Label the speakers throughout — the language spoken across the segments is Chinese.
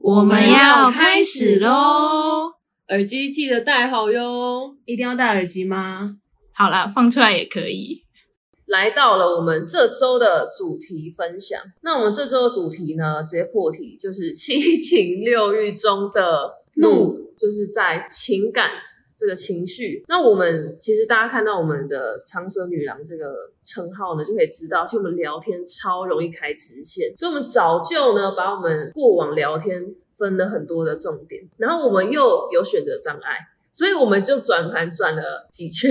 Speaker 1: 我们要开始喽！
Speaker 2: 耳机记得戴好哟。
Speaker 3: 一定要戴耳机吗？
Speaker 1: 好啦，放出来也可以。
Speaker 2: 来到了我们这周的主题分享，那我们这周的主题呢，直接破题，就是七情六欲中的
Speaker 3: 嗯
Speaker 2: 怒，就是在情感这个情绪。那我们其实大家看到我们的长舌女郎这个称号呢，就可以知道，其实我们聊天超容易开直线，所以我们早就呢把我们过往聊天分了很多的重点，然后我们又有选择障碍。所以我们就转盘转了几圈，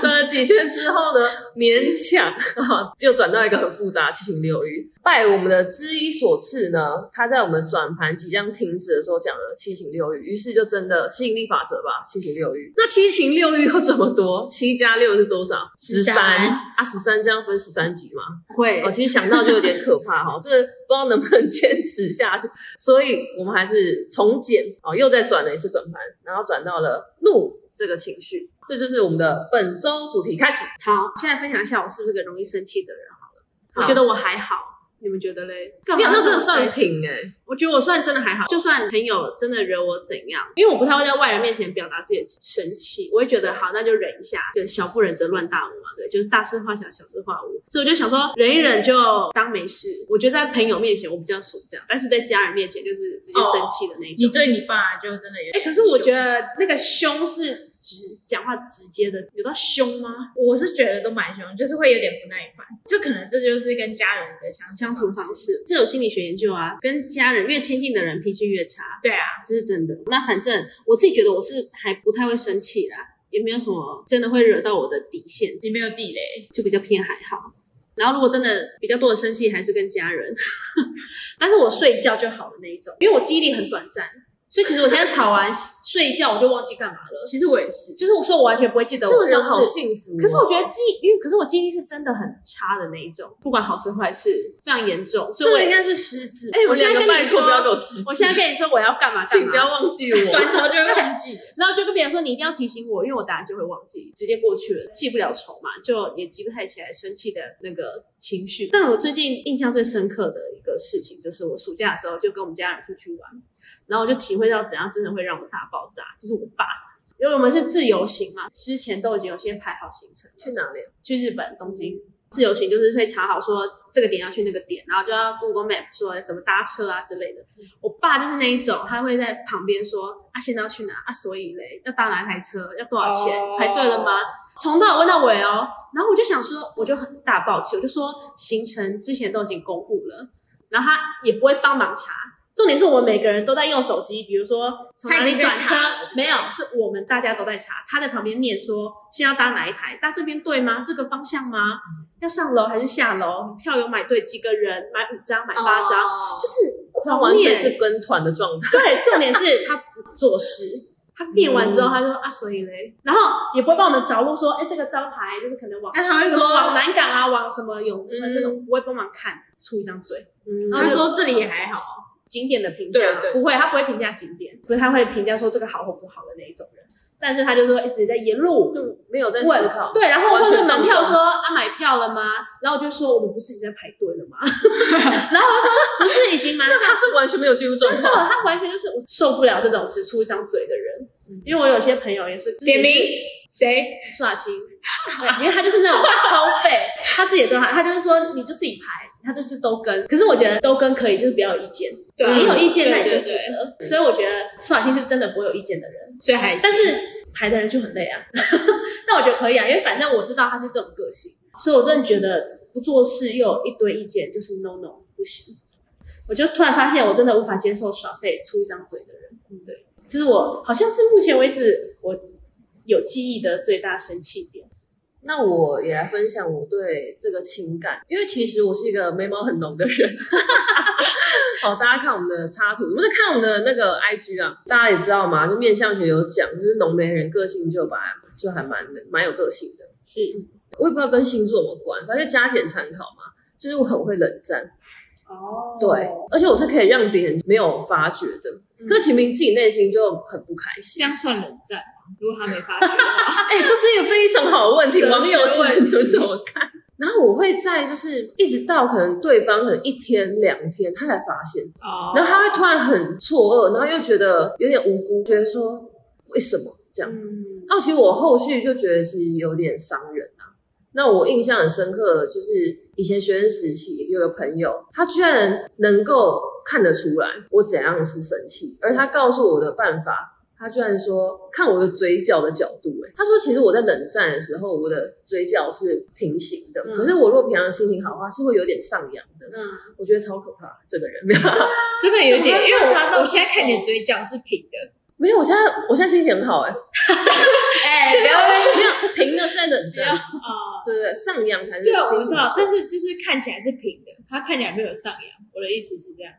Speaker 2: 转了几圈之后呢，勉强啊，又转到一个很复杂的七情六欲。拜我们的知一所赐呢，他在我们转盘即将停止的时候讲了七情六欲，于是就真的吸引力法则吧，七情六欲。那七情六欲又怎么多？七加六是多少？十
Speaker 3: 13
Speaker 2: 三啊，十三这样分十三级吗？
Speaker 3: 会
Speaker 2: 我、其实想到就有点可怕哈，这不知道能不能坚持下去，所以我们还是从简哦，又再转了一次转盘，然后转到了怒这个情绪，这就是我们的本周主题开始。
Speaker 3: 好，现在分享一下我是不是个容易生气的人好了。
Speaker 2: 好
Speaker 3: 我觉得我还好，你们觉得嘞？
Speaker 2: 你好像真的算
Speaker 3: 算
Speaker 2: 平哎、
Speaker 3: 我觉得我算真的还好，就算朋友真的惹我怎样，因为我不太会在外人面前表达自己的生气，我会觉得好，那就忍一下，对，小不忍则乱大谋嘛，对，就是大事化小，小事化无，所以我就想说忍一忍就当没事。我觉得在朋友面前我比较属这样，但是在家人面前就是直接生气的那一种。
Speaker 1: 对你爸就真的有
Speaker 3: 哎、可是我觉得那个凶是直讲话直接的，有到凶吗？
Speaker 4: 我是觉得都蛮凶，就是会有点不耐烦，就可能这就是跟家人的相
Speaker 3: 相处方。式，这有心理学研究啊，跟家人越亲近的人脾气越差，
Speaker 4: 对啊，
Speaker 3: 这是真的。那反正我自己觉得我是还不太会生气啦，也没有什么真的会惹到我的底线，
Speaker 4: 你没有地雷，
Speaker 3: 就比较偏还好。然后如果真的比较多的生气，还是跟家人， 但是我睡觉就好了那一种，因为我记忆力很短暂，所以其实我现在吵完睡觉我就忘记干嘛了。
Speaker 4: 其实我也是，
Speaker 3: 就是我说我完全不会记得
Speaker 2: 这
Speaker 3: 我嗯
Speaker 2: 种人好
Speaker 3: 事
Speaker 2: 幸福哦、
Speaker 3: 可是我觉得记忆，因为可是我记忆力是真的很差的那一种，不管好事坏事，非常严重。所以我也
Speaker 4: 该是失智
Speaker 3: 哎、我现在跟
Speaker 2: 拜
Speaker 3: 你
Speaker 2: 托
Speaker 3: 说，
Speaker 2: 不要给我失职，
Speaker 3: 我现在跟你说我要干嘛干
Speaker 2: 请不要
Speaker 3: 嘛，
Speaker 2: 忘记我。
Speaker 4: 转头就会忘记。
Speaker 3: 然后就跟别人说你一定要提醒我，因为我等下就会忘记，直接过去了，记不了仇嘛，就也记不太起来生气的那个情绪。但我最近印象最深刻的一个事情，就是我暑假的时候就跟我们家人出去玩，然后我就体会到怎样真的会让我大爆炸，就是我爸。因为我们是自由行嘛，之前都已经有先排好行程了，
Speaker 2: 去哪里？
Speaker 3: 去日本东京自由行，就是会查好说这个点要去那个点，然后就要 Google Map 说怎么搭车啊之类的。我爸就是那一种，他会在旁边说啊，现在要去哪啊，所以嘞要搭哪台车，要多少钱，
Speaker 4: 哦
Speaker 3: 排队了吗？从头问到尾哦，然后我就想说，我就很大爆气，我就说行程之前都已经公布了，然后他也不会帮忙查。重点是我们每个人都在用手机，比如说从哪
Speaker 4: 他已
Speaker 3: 里
Speaker 4: 经在
Speaker 3: 转车
Speaker 4: 查，
Speaker 3: 没有，是我们大家都在查，他在旁边念说，现在要搭哪一台？搭这边对吗？这个方向吗？
Speaker 4: 嗯
Speaker 3: 要上楼还是下楼？票有买对几个人？买五张，买八张，
Speaker 4: 哦
Speaker 3: 就是
Speaker 2: 他
Speaker 3: 狂
Speaker 2: 完全
Speaker 3: 念
Speaker 2: 是跟团的状态，
Speaker 3: 对，重点是他不做事。他念完之后，他就说、啊，所以嘞，然后也不会帮我们找路，说，哎，这个招牌就是可能往，
Speaker 4: 那他会
Speaker 3: 什么往
Speaker 4: 说，
Speaker 3: 南港啊，往什么永春、
Speaker 2: 嗯
Speaker 3: 那种，不会帮忙看，出一张嘴。
Speaker 2: 嗯
Speaker 4: 他
Speaker 3: 然
Speaker 4: 会
Speaker 3: 后就
Speaker 4: 说这里也还好，
Speaker 3: 景点的评价，
Speaker 4: 对对
Speaker 3: 不会，他不会评价景点，不是他会评价说这个好或不好的那一种人。但是他就说一直在沿路
Speaker 4: 嗯
Speaker 2: 没有在
Speaker 3: 问
Speaker 2: 思考，
Speaker 3: 对，然后
Speaker 2: 完
Speaker 3: 问
Speaker 2: 全
Speaker 3: 问门
Speaker 2: 放
Speaker 3: 票
Speaker 2: 松
Speaker 3: 说啊买票了吗？然后我就说我们不是已经在排队了吗？ 然后他说不是已经吗？
Speaker 2: 那他是完全没有进入状
Speaker 3: 真的，
Speaker 2: 况。
Speaker 3: 他完全就是我受不了这种只出一张嘴的人，因为我有些朋友也是
Speaker 4: 嗯点名谁？
Speaker 3: 刷清，对因为他就是那种超废，他自己也知道他，他就是说你就自己排，他就是都跟。可是我觉得都跟可以，就是不要有意见，
Speaker 4: 对啊
Speaker 3: 你有意见
Speaker 4: 对
Speaker 3: 那你就
Speaker 4: 对
Speaker 3: 负
Speaker 4: 对
Speaker 3: 责。嗯所以我觉得刷清是真的不会有意见的人，
Speaker 4: 所以还
Speaker 3: 但是排的人就很累啊。 但我觉得可以啊，因为反正我知道他是这种个性，所以我真的觉得不做事又有一堆意见，就是 no no 不行。我就突然发现，我真的无法接受耍废出一张嘴的人。嗯，对，这是我好像是目前为止我有记忆的最大生气点。
Speaker 2: 那我也来分享我对这个情感，因为其实我是一个眉毛很浓的人。 好，大家看我们的插图，不是看我们的那个 IG 啊，大家也知道嘛，就面相学有讲，就是浓眉人个性就把就还蛮蛮有个性的。
Speaker 3: 是，
Speaker 2: 我也不知道跟星座有没有关，反正就加减参考嘛。就是我很会冷战，
Speaker 3: 哦
Speaker 2: 对，而且我是可以让别人没有发觉的，
Speaker 3: 嗯
Speaker 2: 可是明明自己内心就很不开
Speaker 4: 这
Speaker 2: 心。
Speaker 4: 样算冷战 吗？如果他没发觉的话，
Speaker 2: 哎、这是一个非常好的问题，
Speaker 3: 哲学
Speaker 2: 网友请
Speaker 3: 问
Speaker 2: 你们怎么看？然后我会在就是一直到可能对方可能一天两天，他才发现，
Speaker 3: 哦
Speaker 2: 然后他会突然很错愕，然后又觉得有点无辜，觉得说为什么这样？
Speaker 3: 嗯，
Speaker 2: 那其实我后续就觉得其实有点伤人啊。那我印象很深刻，的就是以前学生时期有个朋友，他居然能够看得出来我怎样是生气，而他告诉我的办法，他居然说看我的嘴角的角度、欸，他说其实我在冷战的时候，我的嘴角是平行的，
Speaker 3: 嗯
Speaker 2: 可是我如果平常心情好的话，是会有点上扬的。
Speaker 3: 嗯
Speaker 2: 我觉得超可怕，这个人没有。
Speaker 4: 真的有点，因为
Speaker 2: 怎么会查
Speaker 4: 我
Speaker 2: 到
Speaker 4: 我现在看你的嘴角是平的，
Speaker 2: 没有，我现在我现在心情很好 哎、
Speaker 4: 哎，不要
Speaker 2: 没有平的是在冷战，
Speaker 4: 啊，
Speaker 2: 对对对，上扬才是
Speaker 4: 对，啊我
Speaker 2: 心
Speaker 4: 知
Speaker 2: 情
Speaker 4: 道，
Speaker 2: 好
Speaker 4: 但是就是看起来是平的，它看起来没有上扬。我的意思是这样，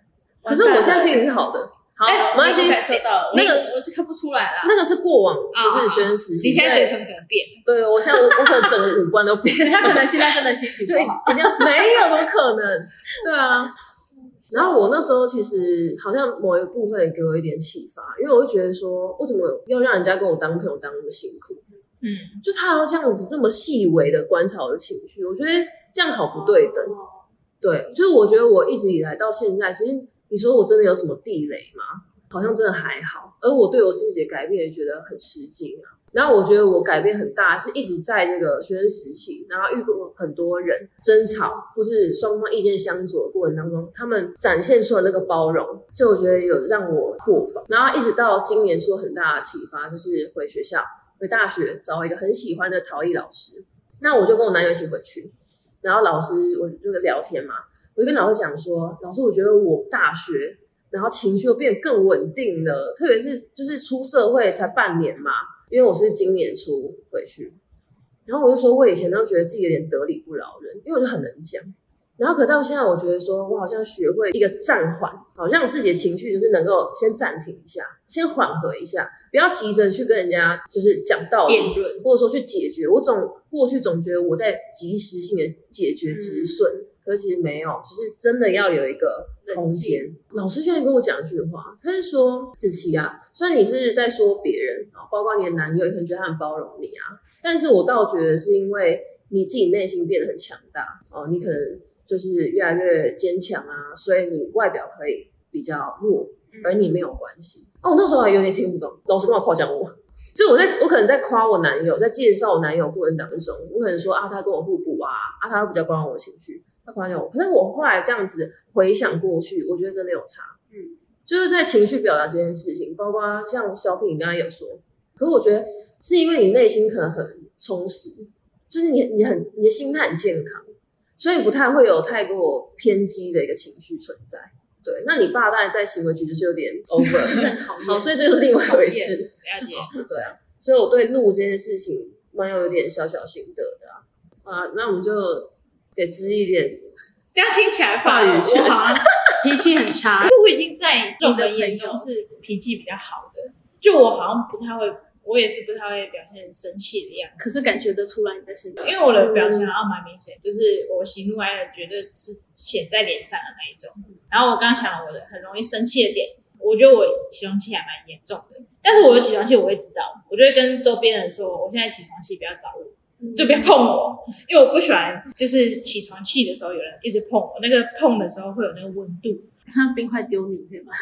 Speaker 2: 可是我现在心情是好的。哎好，
Speaker 3: 哎
Speaker 2: 没关系，
Speaker 3: 我感受到了，
Speaker 2: 那个
Speaker 3: 我我是看不出来啦。
Speaker 2: 那个是过往，
Speaker 4: 啊
Speaker 2: 就是学生时期。
Speaker 4: 你现在嘴唇可能变了，
Speaker 2: 对我现在我我可能整个五官都 变，
Speaker 3: 他可能现在真的心情
Speaker 2: 就一
Speaker 3: 不好，
Speaker 2: 定要没有，怎么可 能？对啊。然后我那时候其实好像某一个部分也给我一点启发，因为我就觉得说，我怎么要让人家跟我当朋友当那么辛苦？
Speaker 4: 嗯，
Speaker 2: 就他要这样子这么细微的观察我的情绪，我觉得这样好不对等。对，就是我觉得我一直以来到现在，其实你说我真的有什么地雷吗？好像真的还好，而我对我自己的改变也觉得很吃惊啊。然后我觉得我改变很大，是一直在这个学生时期，然后遇过很多人争吵，或是双方意见相左的过程当中，他们展现出了那个包容，就我觉得有让我破防。然后一直到今年出了很大的启发，就是回学校、回大学找一个很喜欢的陶艺老师，那我就跟我男友一起回去，然后老师我就聊天嘛，我就跟老师讲说，老师，我觉得我大学，然后情绪又变得更稳定了，特别是就是出社会才半年嘛，因为我是今年初回去，然后我就说我以前都觉得自己有点得理不饶人，因为我就很能讲。然后可到现在，我觉得说我好像学会一个暂缓，好让自己的情绪就是能够先暂停一下，先缓和一下，不要急着去跟人家就是讲道理，
Speaker 3: 辩论
Speaker 2: 或者说去解决。我总过去总觉得我在及时性的解决止损，可是其实没有，就是真的要有一个空间。老师居然跟我讲一句话，他是说：“子琪啊，虽然你是在说别人啊，包括你的男友，也可能觉得他很包容你啊，但是我倒觉得是因为你自己内心变得很强大哦，你可能就是越来越坚强啊，所以你外表可以比较弱，而你没有关系。”哦，我那时候还有点听不懂，老师跟我夸奖我。所以我在我可能在夸我男友，在介绍我男友过程当中，我可能说啊，他跟我互补啊，啊，他会比较包容我情绪，他夸奖我。可是我后来这样子回想过去，我觉得真的有差。
Speaker 3: 嗯，
Speaker 2: 就是在情绪表达这件事情，包括像小品你刚才有说，可是我觉得是因为你内心可能很充实，就是你你很你的心态很健康，所以不太会有太过偏激的一个情绪存在。对，那你爸当然在行为举止是有点 over，
Speaker 3: 讨厌
Speaker 2: 好，所以这就是另外一回事。
Speaker 4: 了解。
Speaker 2: 对啊，所以我对怒这件事情蛮有点小小心得的啊。啊，那我们就给知一点，
Speaker 4: 这样听起来反而
Speaker 2: 话语权
Speaker 4: 我好像
Speaker 3: 脾气很差
Speaker 4: 可，是我已经在众人眼中是脾气比较好的，就我好像不太会，我也是不太会表现生气的样子，
Speaker 3: 可是感觉得出来你在生气。
Speaker 4: 因为我的表情好像蛮明显，就是我喜怒哀乐绝对是显在脸上的那一种。然后我刚刚想我的很容易生气的点，我觉得我起床气还蛮严重的，但是我有起床气我会知道，我就会跟周边人说，我现在起床气不要找我。嗯就不
Speaker 3: 嗯
Speaker 4: 要碰我，因为我不喜欢，就是起床气的时候有人一直碰我，那个碰的时候会有那个温度，
Speaker 3: 像冰块丢你可以吗？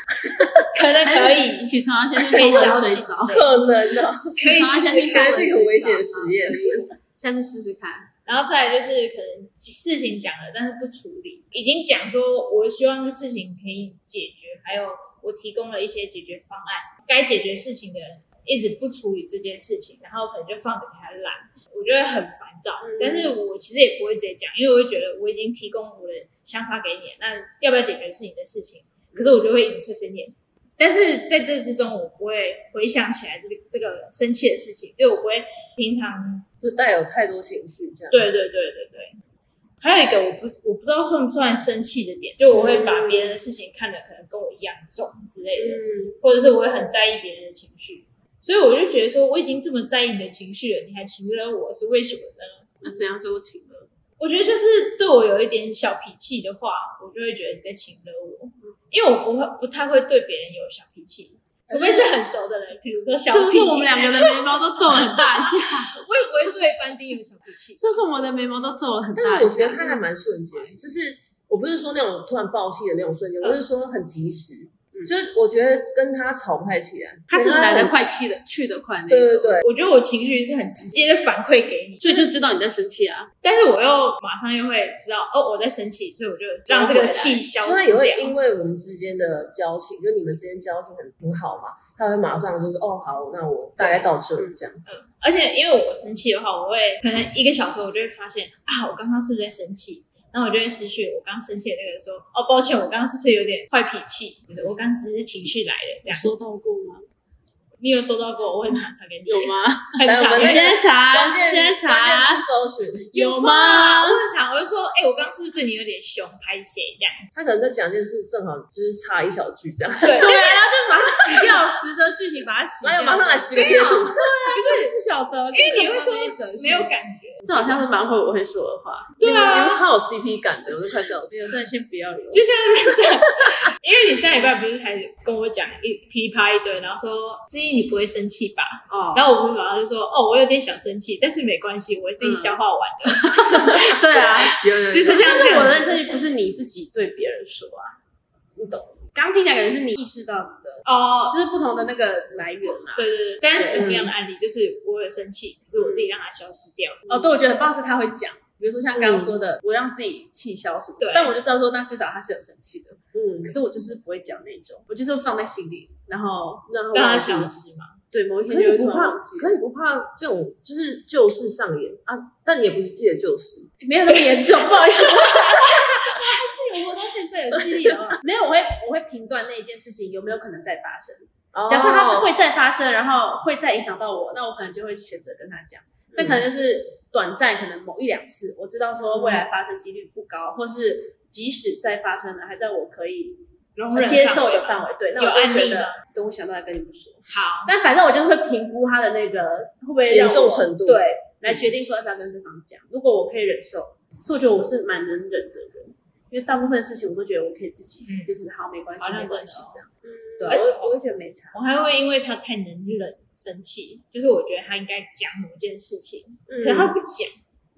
Speaker 4: 可能可 以
Speaker 3: 你，起床要先
Speaker 4: 可以
Speaker 3: 去冲
Speaker 4: 消
Speaker 3: 冷水
Speaker 4: 气
Speaker 3: 澡，
Speaker 2: 可能呢、啊，
Speaker 4: 可以
Speaker 3: 起床要先去
Speaker 2: 可
Speaker 3: 冲
Speaker 2: 能
Speaker 3: 冷
Speaker 2: 是
Speaker 3: 水
Speaker 2: 一
Speaker 3: 澡
Speaker 2: 个危险的实验。
Speaker 3: 下次试试看。
Speaker 4: 然后再来就是可能事情讲了，但是不处理，已经讲说我希望事情可以解决，还有我提供了一些解决方案，该解决事情的人一直不处理这件事情，然后可能就放着给他懒，我觉得很烦躁。
Speaker 2: 嗯
Speaker 4: 但是我其实也不会直接讲，因为我会觉得我已经提供我的想法给你了，那要不要解决是你的事情，可是我就会一直碎碎念。但是在这之中，我不会回想起来这这个生气的事情，对我不会平常
Speaker 2: 就带有太多情绪这样。
Speaker 4: 对对对对对。还有一个我不我不知道算不算生气的点，就我会把别人的事情看得可能跟我一样重之类的，
Speaker 2: 嗯，
Speaker 4: 或者是我会很在意别人的情绪，所以我就觉得说我已经这么在意你的情绪了，你还请了我是为什么呢？
Speaker 3: 那怎样就请了？
Speaker 4: 我觉得就是对我有一点小脾气的话，我就会觉得你在请了我，因为我不会不太会对别人有小脾气，除非是很熟的人，比如说小屁，
Speaker 3: 是不是我们两个的眉毛都皱了很大一下？
Speaker 4: 我也不会对班丁有小脾气。
Speaker 3: 是不是我们的眉毛都皱了很大
Speaker 2: 但是
Speaker 3: 一
Speaker 2: 我
Speaker 3: 下？
Speaker 2: 觉得他还蛮瞬间，就是我不是说那种突然爆气的那种瞬
Speaker 4: 嗯
Speaker 2: 间，我是说很及时。就是我觉得跟他吵不太起来，
Speaker 3: 他是
Speaker 2: 跟
Speaker 3: 来
Speaker 2: 很
Speaker 3: 得快去的去得快那一
Speaker 2: 对对
Speaker 3: 种，
Speaker 2: 对，
Speaker 4: 我觉得我情绪是很直接的反馈给你，
Speaker 3: 所以就知道你在生气啊。
Speaker 4: 但是我又马上又会知道哦我在生气，所以我就让这个气消
Speaker 2: 就他
Speaker 4: 失
Speaker 2: 也会
Speaker 4: 掉。
Speaker 2: 因为我们之间的交情，就你们之间交情很很好嘛，他会马上就是哦好，那我大概到这
Speaker 4: 嗯
Speaker 2: 里这样。
Speaker 4: 而且因为我生气的话，我会可能一个小时我就会发现啊，我刚刚是不是在生气？然后我就会失去我刚生气的那个说哦，抱歉，我刚刚是不是有点坏脾气？就是我刚只是情绪来了这
Speaker 3: 有
Speaker 4: 样。
Speaker 3: 收到过吗？
Speaker 4: 你有收到过？我很常传给你，
Speaker 3: 有？ 吗？
Speaker 4: 很
Speaker 2: 来我
Speaker 4: 常
Speaker 2: 们
Speaker 3: 你
Speaker 2: 那个
Speaker 3: 现在查，
Speaker 2: 关键
Speaker 3: 现在
Speaker 2: 关键
Speaker 3: 查
Speaker 2: 字搜寻，
Speaker 3: 有
Speaker 4: 啊，
Speaker 3: 吗
Speaker 4: 我？很常，我就说，哎、我刚刚是不是对你有点凶？拍谁这样？
Speaker 2: 他可能在讲一件事，正好就是差一小句这样。
Speaker 4: 对，
Speaker 3: 对，啊然后就把它洗掉，实则剧情把它洗掉。啊
Speaker 2: 哎呦，马上来洗个贴图，
Speaker 3: 对，不晓得，
Speaker 4: 因为你会说没有
Speaker 3: 觉，
Speaker 4: 感觉，
Speaker 3: 这好像是蛮会我会说的话。
Speaker 4: 对啊
Speaker 2: 你们超有 CP 感的，我都快笑死。
Speaker 3: 没有，真的先不要留。
Speaker 4: 就像是，因为你上礼拜不是还跟我讲一噼里啪一堆，然后说之一你不会生气吧？
Speaker 3: 哦，
Speaker 4: 然后我们马上就说哦，我有点小生气，但是没关系，我自己消化完了。
Speaker 3: 对啊，
Speaker 2: 有有有
Speaker 4: 就是这样
Speaker 3: 但
Speaker 4: 子
Speaker 3: 是我的生气不是你自己对别人说啊，你懂？刚听起来感觉是你意识到你的，
Speaker 4: 哦，
Speaker 3: 就是不同的那个来源嘛。
Speaker 4: 对对对，但是同样的案例就是我有生气，可是我自己让它消失掉了。
Speaker 3: 哦，对，我觉得很棒是他会讲，比如说像刚刚说的，我让自己气消什么，
Speaker 4: 对
Speaker 3: 但我就知道说，那至少他是有生气的，
Speaker 2: 嗯
Speaker 3: 可，是我就是不会讲那种，我就是放在心里，然后然后
Speaker 4: 让它消失嘛，
Speaker 3: 对某一
Speaker 2: 可
Speaker 3: 天就会
Speaker 2: 你不
Speaker 3: 突然
Speaker 2: 怕
Speaker 3: 忘记，，
Speaker 2: 可你不怕这种就是旧事上演啊？但你也不是记得旧事，
Speaker 3: 没有那么严重，不好意 思。我还是有活到现在有记忆哦，没有，我会我会评断那一件事情有没有可能再发生。假设它
Speaker 2: 哦
Speaker 3: 会再发生，然后会再影响到我，那我可能就会选择跟他讲。那可能就是短暂，可能某一两次，我知道说未来发生几率不高，或是即使再发生了，还在我可以
Speaker 4: 容忍
Speaker 3: 嗯接受的
Speaker 4: 范围
Speaker 3: 范围。对，那
Speaker 4: 有
Speaker 3: 我就
Speaker 4: 案
Speaker 3: 觉
Speaker 4: 例吗
Speaker 3: 得，等我想到再跟你们说。
Speaker 4: 好，
Speaker 3: 但反正我就是会评估他的那个会不会让我
Speaker 2: 严重程度
Speaker 3: 对，来决定说要不要跟对方讲。如果我可以忍受，所以我觉得我是蛮能忍的人，因为大部分事情我都觉得我可以自己，
Speaker 4: 嗯
Speaker 3: 就是好没关
Speaker 4: 好
Speaker 3: 系，
Speaker 4: 像
Speaker 3: 没关系
Speaker 4: 真的哦
Speaker 3: 这样。
Speaker 2: 嗯
Speaker 3: 对，啊我我会觉得没差。
Speaker 4: 我还会因为他太能忍生气，就是我觉得他应该讲某件事情，可是他不讲，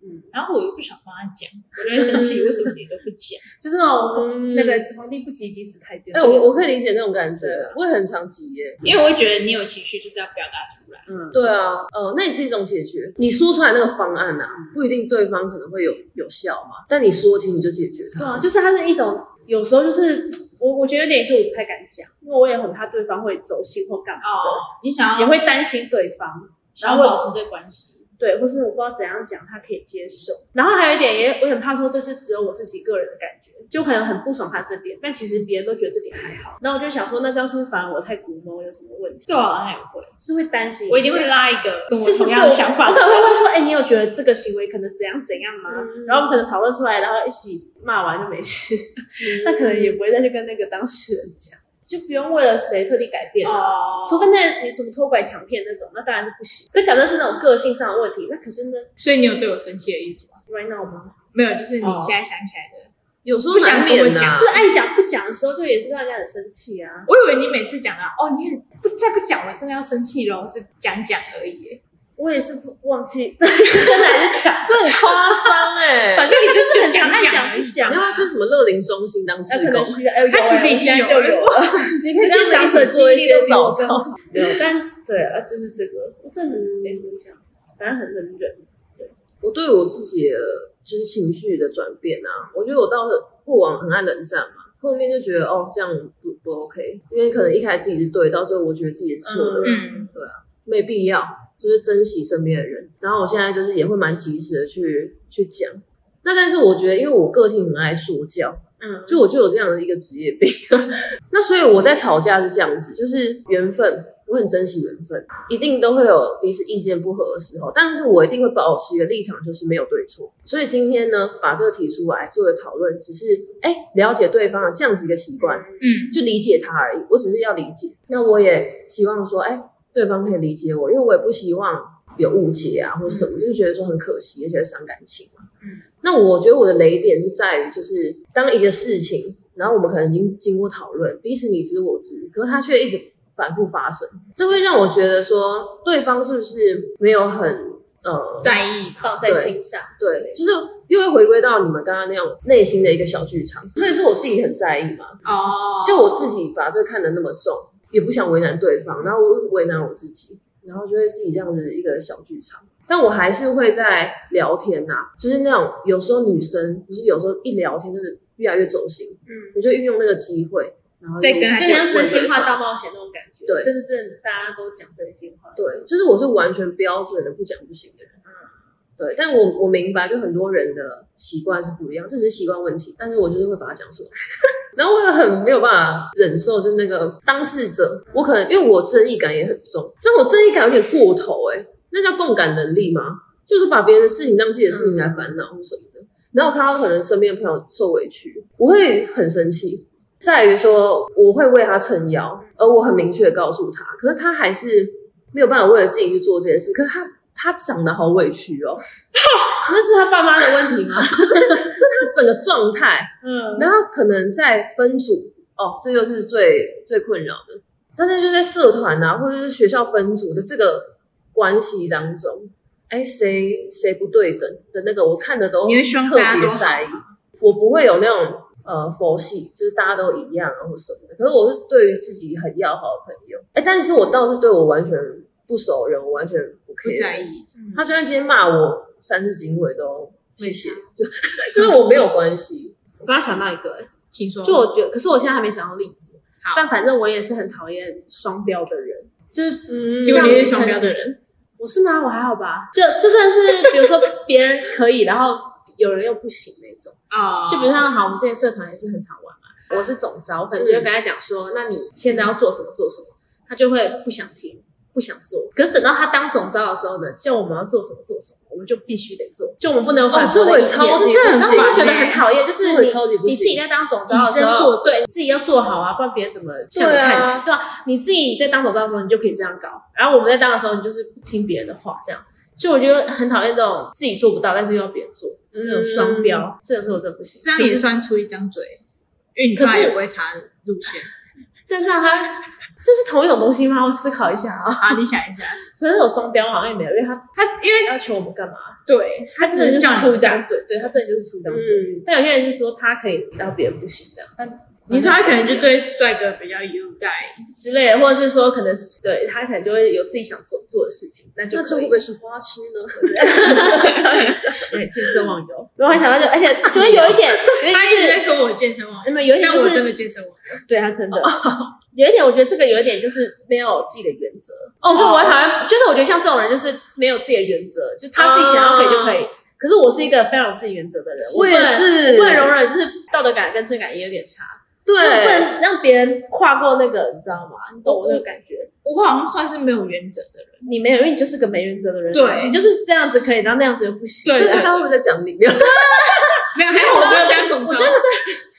Speaker 3: 嗯，
Speaker 4: 然后我又不想帮他讲，我就会生 气，为什么你都不讲？
Speaker 3: 就是那种、
Speaker 2: 嗯
Speaker 3: 那个皇帝不急急死太监。
Speaker 2: 哎，我我可以理解那种感觉
Speaker 3: 对啊，
Speaker 2: 我也很常急耶。
Speaker 4: 因为我会觉得你有情绪就是要表达出来。
Speaker 3: 嗯，
Speaker 2: 对啊，呃，那也是一种解决。你说出来那个方案啊，不一定对方可能会有有效嘛，但你说清你就解决它。
Speaker 3: 对啊，就是它是一种有时候就是我我觉得有点是我不太敢讲，因为我也很怕对方会走心或干嘛的，
Speaker 4: 哦，你想
Speaker 3: 也
Speaker 4: 要
Speaker 3: 会担心对方，
Speaker 4: 想要保持这个关系，
Speaker 3: 对，或是我不知道怎样讲他可以接受。然后还有一点也我很怕说这是只有我自己个人的感觉，就可能很不爽他这点，但其实别人都觉得这点还好。然后我就想说，那这样是不是反而我太古摸有什么问题？
Speaker 4: 这我好像也会，
Speaker 3: 就是会担心
Speaker 4: 啊
Speaker 3: 下，
Speaker 4: 我一定会拉一个跟我
Speaker 3: 就是
Speaker 4: 同
Speaker 3: 对
Speaker 4: 样的想法
Speaker 3: 我
Speaker 4: 的
Speaker 3: 可能会
Speaker 4: 人。
Speaker 3: 问说，哎、你有觉得这个行为可能怎样怎样吗？
Speaker 2: 嗯
Speaker 3: 然后我们可能讨论出来，然后一起骂完就没事，
Speaker 4: 嗯
Speaker 3: 那可能也不会再去跟那个当事人讲，就不用为了谁特地改变了。
Speaker 4: 哦
Speaker 3: 除非那你什么偷拐抢骗那种，那当然是不行。可假设是那种个性上的问题，那可是呢
Speaker 4: 所以你有对我生气的意思吗？
Speaker 3: ，right now 吗？
Speaker 4: 没有，就是你
Speaker 2: 哦
Speaker 4: 现在想起来的。
Speaker 2: 有时候
Speaker 4: 不想
Speaker 2: 难
Speaker 4: 跟我
Speaker 2: 免
Speaker 4: 讲
Speaker 2: 呐
Speaker 3: 就是爱讲不讲的时候，就也是让人家很生气啊。
Speaker 4: 我以为你每次讲到哦，你很不再不讲，我真的要生气咯，是讲讲而已耶。
Speaker 3: 我也是不忘记， 真的还是讲，
Speaker 2: 这很夸张 哎。
Speaker 3: 反正你就是很
Speaker 4: 讲
Speaker 3: 爱
Speaker 4: 讲
Speaker 3: 讲不讲
Speaker 2: 你要不
Speaker 3: 啊
Speaker 2: 要。去什么乐龄中心当志
Speaker 3: 那可
Speaker 2: 工
Speaker 3: 能？需要，哎、有
Speaker 4: 他其实
Speaker 3: 哎
Speaker 4: 已经
Speaker 3: 我现在就
Speaker 4: 有了
Speaker 3: 有了。
Speaker 2: 你可以
Speaker 3: 这
Speaker 2: 跟他
Speaker 3: 样
Speaker 2: 们一
Speaker 3: 子
Speaker 2: 起做一些早
Speaker 3: 激励都
Speaker 2: 操。
Speaker 3: 没有，但对啊，就是这个，我真的没什么印象，反正很能忍。
Speaker 2: 我对我自己的就是情绪的转变啊，我觉得我到过往很爱冷战嘛，后面就觉得哦这样不不 OK，因为可能一开始自己是对，到最后我觉得自己是错的，啊
Speaker 4: 嗯，
Speaker 2: 没必要，就是珍惜身边的人。然后我现在就是也会蛮及时的去去讲。那但是我觉得，因为我个性很爱说教，
Speaker 3: 嗯，
Speaker 2: 就我就有这样的一个职业病。 那所以我在吵架是这样子，就是缘分，我很珍惜缘分，一定都会有彼此意见不合的时候，但是我一定会保持一个立场，就是没有对错。所以今天呢，把这个提出来做个讨论，只是哎了解对方的这样子一个习惯，
Speaker 4: 嗯，
Speaker 2: 就理解他而已。我只是要理解，那我也希望说，哎，对方可以理解我，因为我也不希望有误解啊或什么，就是觉得说很可惜，而且伤感情嘛。
Speaker 4: 嗯
Speaker 2: 那我觉得我的雷点是在于，就是当一个事情，然后我们可能已经经过讨论，彼此你知我知，可是他却一直反复发生，这会让我觉得说对方是不是没有很呃
Speaker 4: 在意吧。
Speaker 3: 放在心上，
Speaker 2: 对，就是又会回归到你们刚刚那种内心的一个小剧场，所以说我自己很在意嘛，
Speaker 4: 哦
Speaker 2: 就我自己把这个看得那么重，也不想为难对方，然后我又为难我自己，然后就会自己这样子一个小剧场。但我还是会在聊天呐、就是那种有时候女生不是有时候一聊天就是越来越走心，
Speaker 3: 嗯，
Speaker 2: 我就运用那个机会，然后
Speaker 4: 再
Speaker 2: 就
Speaker 4: 跟他
Speaker 3: 就
Speaker 4: 讲
Speaker 3: 像真心话大冒险那种感觉，
Speaker 2: 对
Speaker 3: 真正大家都讲真心话，
Speaker 2: 对，就是我是完全标准的不讲不行的人。对，但我我明白，就很多人的习惯是不一样，这只是习惯问题。但是我就是会把它讲出来， 然后我也很没有办法忍受，就是那个当事者，我可能因为我正义感也很重，这我正义感有点过头、欸，那叫共感能力吗？就是把别人的事情当自己的事情来烦恼或什么的。然后看到可能身边的朋友受委屈，我会很生气，在于说我会为他撑腰，而我很明确地告诉他，可是他还是没有办法为了自己去做这件事。可是他他长得好委屈哦，
Speaker 3: 那是他爸妈的问 题吗？
Speaker 2: 他整个状态，
Speaker 4: 嗯，
Speaker 2: 然后可能在分组哦，这就是最最困扰的。但是就在社团啊，或者是学校分组的这个关系当中，哎，谁谁不对等的那个，我看的都
Speaker 4: 你会希望
Speaker 2: 特
Speaker 4: 大家都
Speaker 2: 别在意。我不会有那种呃佛系，就是大家都一样啊或什么的。可是我是对于自己很要好的朋友，哎，但是我倒是对我完全不熟人，我完全
Speaker 4: 不
Speaker 2: 不 care。
Speaker 4: 在意，
Speaker 2: 他就算今天骂我三字经，我也都谢谢，就 就是我没有关系。
Speaker 3: 我刚刚想到一个、欸
Speaker 4: 请说。
Speaker 3: 就我觉得，可是我现在还没想到例子。
Speaker 4: 好
Speaker 3: 但反正我也是很讨厌双标的人，就是
Speaker 2: 嗯
Speaker 4: 就你是双标的人，
Speaker 3: 我是吗？我还好吧，就就真的是，比如说别人可以，然后有人又不行那种。
Speaker 4: 啊
Speaker 3: 就比如像好，我们之前社团也是很常玩嘛，我是总招，我可能就会
Speaker 2: 嗯
Speaker 3: 跟他讲说，那你现在要做什么做什么，他就会不想听。不想做，可是等到他当总招的时候呢，叫我们要做什么做什么，我们就必须得做，就我们不能反
Speaker 2: 哦这
Speaker 3: 驳
Speaker 2: 我
Speaker 3: 的
Speaker 2: 也
Speaker 3: 意见、
Speaker 2: 超级
Speaker 3: 这很
Speaker 2: 不
Speaker 3: 让我
Speaker 2: 行
Speaker 3: 觉得
Speaker 4: 欸
Speaker 3: 很讨厌，就
Speaker 2: 这
Speaker 3: 是
Speaker 2: 我也
Speaker 3: 你
Speaker 2: 超级不
Speaker 3: 你自己
Speaker 2: 行
Speaker 3: 在当总招的
Speaker 2: 以身
Speaker 3: 时候，
Speaker 2: 作
Speaker 3: 对，你自己要做好啊，不然别人怎么向你
Speaker 2: 对啊
Speaker 3: 看齐？对啊，你自己在当总招的时候，你就可以这样搞，然后我们在当的时候，你就是不听别人的话，这样，就我觉得很讨厌这种自己做不到，但是又要别人做。那种双
Speaker 2: 嗯
Speaker 3: 标，嗯这个是我真的不行。
Speaker 4: 这样也算出一张嘴，因为你
Speaker 3: 可
Speaker 4: 爸
Speaker 3: 是
Speaker 4: 也不会查路线
Speaker 3: 但是让他这是同一种东西吗？我思考一下啊。
Speaker 4: 啊。你想一下，
Speaker 3: 所以那种双标好像也没有，因为他
Speaker 4: 他因为
Speaker 3: 要求我们干嘛？
Speaker 4: 对
Speaker 3: 他真的就
Speaker 4: 只
Speaker 3: 是
Speaker 4: 叫
Speaker 3: 出一
Speaker 4: 你
Speaker 3: 张嘴，对他真的就是出一张嘴。
Speaker 2: 嗯，
Speaker 3: 但有些人是说他可以，然后别人不行这样，但
Speaker 4: 你说他可能就对帅哥比较优待，
Speaker 3: 之类的，或者是说可能是对他可能就会有自己想做做的事情，那就
Speaker 2: 那这
Speaker 3: 可
Speaker 2: 会
Speaker 3: 以
Speaker 2: 不。会是花痴呢？
Speaker 3: 对，见色忘友。然后还想到就，而且觉得有一 点，有一
Speaker 4: 他一直
Speaker 3: 点
Speaker 4: 在
Speaker 3: 是，
Speaker 4: 说我健身网，
Speaker 3: 那么有一点
Speaker 4: 但
Speaker 3: 就
Speaker 4: 我
Speaker 3: 是
Speaker 4: 真的健身网，
Speaker 3: 对他真的
Speaker 2: 哦
Speaker 3: 有一点，我觉得这个有一点就是没有自己的原则，
Speaker 2: 哦
Speaker 3: 就是我讨厌，就是我觉得像这种人就是没有自己的原则，就他自己想要可以就可以。可是我是一个非常有自己原则的人，
Speaker 2: 啊我也是
Speaker 3: 不能容忍，就是道德感跟正义感也有点差，就是不
Speaker 2: 对，
Speaker 3: 能让别人跨过那个，你知道吗？你懂
Speaker 2: 哦
Speaker 3: 我那个感觉？
Speaker 4: 我好像算是没有原则的人。
Speaker 3: 你没有，因为你就是个没原则的人，
Speaker 4: 对
Speaker 3: 你就是这样子可以，然后那样子又不行。
Speaker 4: 对
Speaker 2: 所以
Speaker 3: 所以
Speaker 2: 他会不会在讲你？
Speaker 4: 没有，还有我只有当总
Speaker 3: 我觉
Speaker 4: 招
Speaker 3: 得，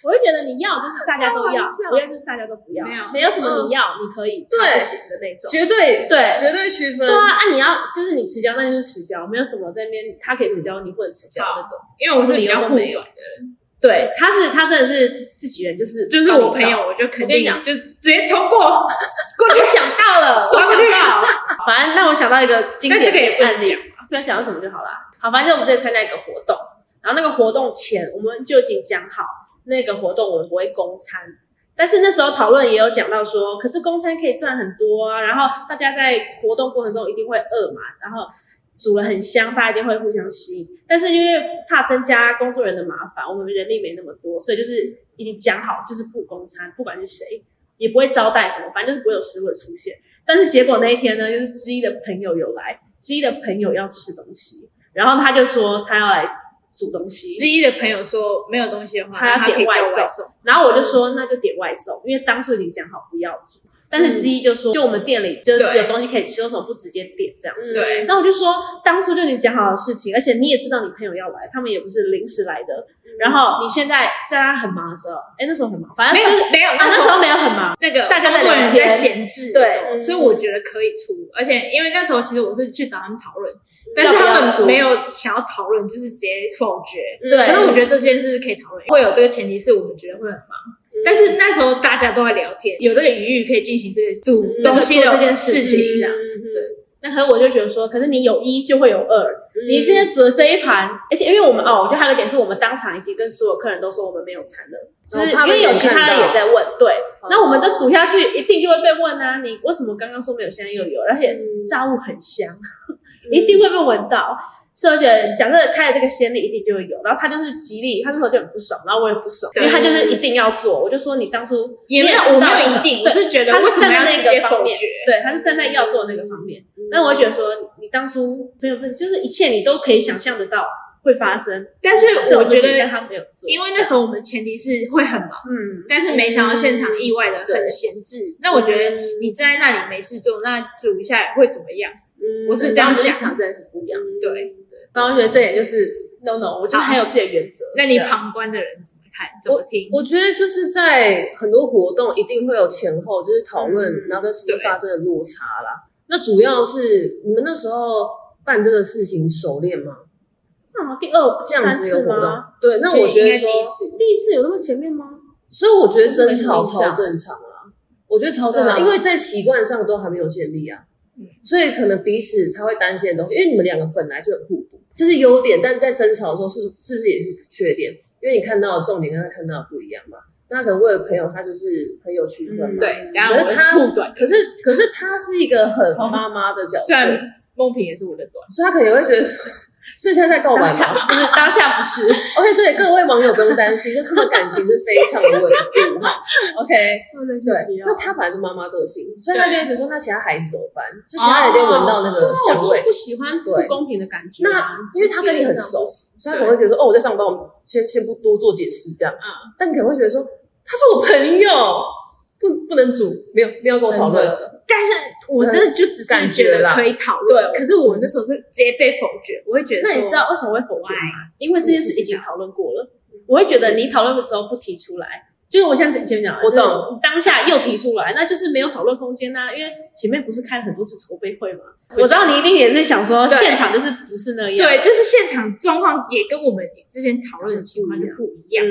Speaker 3: 我会觉得你要就是大家都
Speaker 2: 开
Speaker 3: 要
Speaker 2: 玩笑，嗯
Speaker 3: 不要就是大家都不要，
Speaker 4: 没有
Speaker 3: 没有什么你要你可以，
Speaker 2: 对
Speaker 3: 他不行的那种，
Speaker 2: 绝对
Speaker 3: 对，
Speaker 2: 绝对区分
Speaker 4: 嗯
Speaker 3: 对。啊，啊你要就是你迟交，那就是迟交，没有什么在那边他可以迟交，你不能迟交
Speaker 4: 好
Speaker 3: 那种。
Speaker 4: 因为我是比较护短
Speaker 3: 什么理由
Speaker 4: 的人，
Speaker 3: 对，他是他真的是自己人，就是
Speaker 4: 就是我朋友，我就肯
Speaker 3: 我跟你
Speaker 4: 定
Speaker 3: 讲
Speaker 4: 就直接通过。
Speaker 3: 帮你找。我想 到了，我
Speaker 4: 说
Speaker 3: 想
Speaker 4: 出去
Speaker 3: 到了，反正那我想到一个经典
Speaker 4: 但这个也不啊
Speaker 3: 的
Speaker 4: 能
Speaker 3: 案例，啊不要讲到什么就好啦。好，反正我们这次参加一个活动，然后那个活动前我们就已经讲好，那个活动我们不会公餐，但是那时候讨论也有讲到说，可是公餐可以赚很多啊，然后大家在活动过程中一定会饿嘛，然后煮了很香，大家一定会互相吸引。但是因为怕增加工作人员的麻烦，我们人力没那么多，所以就是已经讲好，就是不公餐，不管是谁也不会招待什么，反正就是不会有食物的出现。但是结果那一天呢，就是之一的朋友有来，之一的朋友要吃东西，然后他就说他要来煮东西，
Speaker 4: 之一的朋友说没有东西的话，
Speaker 3: 他要
Speaker 4: 那他可以
Speaker 3: 点
Speaker 4: 叫
Speaker 3: 外
Speaker 4: 外
Speaker 3: 送，然后我就说那就点外送，因为当初已经讲好不要煮。但是之一就说，就我们店里就是
Speaker 4: 对
Speaker 3: 有东西可以吃，为什么不直接点这样？
Speaker 2: 嗯
Speaker 4: 对，
Speaker 3: 那我就说，当初就你讲好的事情，而且你也知道你朋友要来，他们也不是临时来的。然后你现在在他很忙的时候，哎，那时候很忙，反正
Speaker 4: 没有
Speaker 3: 就是
Speaker 4: 没有，
Speaker 3: 啊，那时候没有很忙，
Speaker 4: 那个
Speaker 3: 大家在
Speaker 4: 工作人员
Speaker 3: 聊天
Speaker 4: 在闲置的时候
Speaker 2: 对
Speaker 4: 所以我觉得可以出。而且因为那时候其实我是去找他们讨论，但
Speaker 3: 要
Speaker 4: 是
Speaker 3: 不要
Speaker 4: 他
Speaker 3: 出
Speaker 4: 们没有想要讨论，就是直接否决。
Speaker 3: 对
Speaker 2: 嗯
Speaker 3: 嗯
Speaker 4: 可是我觉得这件事是可以讨论，会有这个前提是我们觉得会很忙，但是那时候大家都在聊天，有这个余裕可以进行这个煮
Speaker 3: 这
Speaker 4: 东
Speaker 3: 个
Speaker 4: 西
Speaker 3: 嗯做
Speaker 4: 的
Speaker 3: 这件事
Speaker 4: 情
Speaker 3: 情，这
Speaker 2: 嗯
Speaker 3: 样。那可是我就觉得说，可是你有一就会有二，
Speaker 2: 嗯
Speaker 3: 你今天煮的这一盘，而且因为我们哦，我觉得还有一个点是我们当场已经跟所有客人都说我们没有餐了，就是
Speaker 2: 他
Speaker 3: 因
Speaker 2: 们
Speaker 3: 为有其他人
Speaker 2: 有看到哦
Speaker 3: 也在问，对，
Speaker 2: 啊
Speaker 3: 那我们这煮下去一定就会被问啊，你为什么刚刚说没有，现在又有，而且炸物很香，
Speaker 4: 嗯
Speaker 3: 一定会被闻到。是，而且假设开了这个先例，一定就会有。然后他就是极力，他那时候就很不爽，然后我也不爽，
Speaker 4: 对
Speaker 3: 因为他就是一定要做。我就说你当初
Speaker 4: 也没有
Speaker 3: 你
Speaker 4: 我
Speaker 3: 知道
Speaker 4: 没有一定，我
Speaker 3: 对
Speaker 4: 是觉得
Speaker 3: 他
Speaker 4: 为
Speaker 3: 是
Speaker 4: 什么
Speaker 3: 站
Speaker 4: 要
Speaker 3: 在那
Speaker 4: 直
Speaker 3: 个
Speaker 4: 接
Speaker 3: 方
Speaker 4: 否
Speaker 3: 面
Speaker 4: 决？
Speaker 3: 对，他是站在要做那个方面。
Speaker 4: 嗯
Speaker 3: 但我会觉得说，你当初没有问，就是一切你都可以想象得到会发生。
Speaker 4: 但是
Speaker 3: 这种
Speaker 4: 我
Speaker 3: 事
Speaker 4: 觉
Speaker 3: 情但
Speaker 4: 得，
Speaker 3: 他没有做，
Speaker 4: 因为那时候我们前提是会很忙，
Speaker 3: 嗯，
Speaker 4: 但是没想到现场意外的
Speaker 3: 对
Speaker 4: 很闲置。那我觉得你站在那里没事做，那煮一下会怎么样？我是这样
Speaker 3: 立
Speaker 4: 想。
Speaker 3: 场真嗯的很不一样。
Speaker 4: 对，
Speaker 3: 然后我觉得这点就是 no no，我就是很有自己的原则。
Speaker 4: 啊那你
Speaker 3: 对啊
Speaker 4: 旁观的人怎么看？怎么听？
Speaker 2: 我觉得就是在很多活动一定会有前后，就是讨论
Speaker 4: 嗯
Speaker 2: 然后跟实际
Speaker 4: 对
Speaker 2: 发生的落差啦。那主要是你们那时候办这个事情熟练吗？
Speaker 3: 那么第二
Speaker 2: 这样子有
Speaker 3: 三
Speaker 2: 活
Speaker 3: 次
Speaker 2: 动
Speaker 3: 吗？？
Speaker 2: 对，那我觉
Speaker 4: 应
Speaker 2: 得
Speaker 4: 该
Speaker 2: 说
Speaker 4: 第，一次，
Speaker 3: 第一次有那么前面吗？
Speaker 2: 所以我觉得争吵
Speaker 3: 我没印象
Speaker 2: 超正常啊，我觉得超正常，
Speaker 3: 对啊
Speaker 2: 因为在习惯上都还没有建立啊，所以可能彼此他会担心的东西，因为你们两个本来就很互补，这是优点，但是在争吵的时候是是不是也是缺点？因为你看到的重点跟他看到的不一样嘛。那他可能为了朋友，他就是很有区分
Speaker 3: 嗯
Speaker 2: 嘛。
Speaker 4: 对，然后
Speaker 2: 可
Speaker 4: 我
Speaker 2: 是他
Speaker 4: 是护短，
Speaker 2: 可是可是他是一个很妈妈的角色，
Speaker 4: 虽然
Speaker 2: 所
Speaker 4: 梦萍也是我的短，
Speaker 2: 以他可能会觉得说， 所以现在在告白
Speaker 3: 当
Speaker 2: 嘛
Speaker 3: 下。不是 当下不是，
Speaker 2: OK，所以各位网友不用担心，就他们感情是非常的稳固哈。OK，对，那他本来就妈妈个性，所以他就会觉得说，那其他孩子怎么办？就其他人一定闻到那个
Speaker 3: 哦啊那我
Speaker 2: 香
Speaker 3: 就是
Speaker 2: 味，
Speaker 3: 不喜欢不
Speaker 2: 对
Speaker 3: 公平的感觉啊。
Speaker 2: 那因为他跟你很熟，所以他可能会觉得说，哦，我在上班，我们先先不多做解释这样。
Speaker 3: 嗯
Speaker 2: 但你可能会觉得说，他是我朋友，不不能煮，没有没有跟我讨论
Speaker 3: 真。
Speaker 4: 但是我真的就只
Speaker 2: 感
Speaker 4: 是
Speaker 2: 觉
Speaker 4: 觉得
Speaker 2: 啦
Speaker 4: 可以讨
Speaker 2: 对
Speaker 4: 论。可是我那时候是直接被否决，我会觉得
Speaker 3: 那
Speaker 4: 说
Speaker 3: 你知道为什么会否决吗？因为这件事已经讨论过了，我会觉得你讨论的时候不提出来，就是我像前面讲的，
Speaker 2: 我懂
Speaker 3: 就是你当下又提出来，那就是没有讨论空间呐、因为前面不是开了很多次筹备会嘛，我知道你一定也是想说
Speaker 4: 对
Speaker 3: 现场就是不是那样，
Speaker 4: 对，，就是现场状况也跟我们之前讨论的情况就不一样，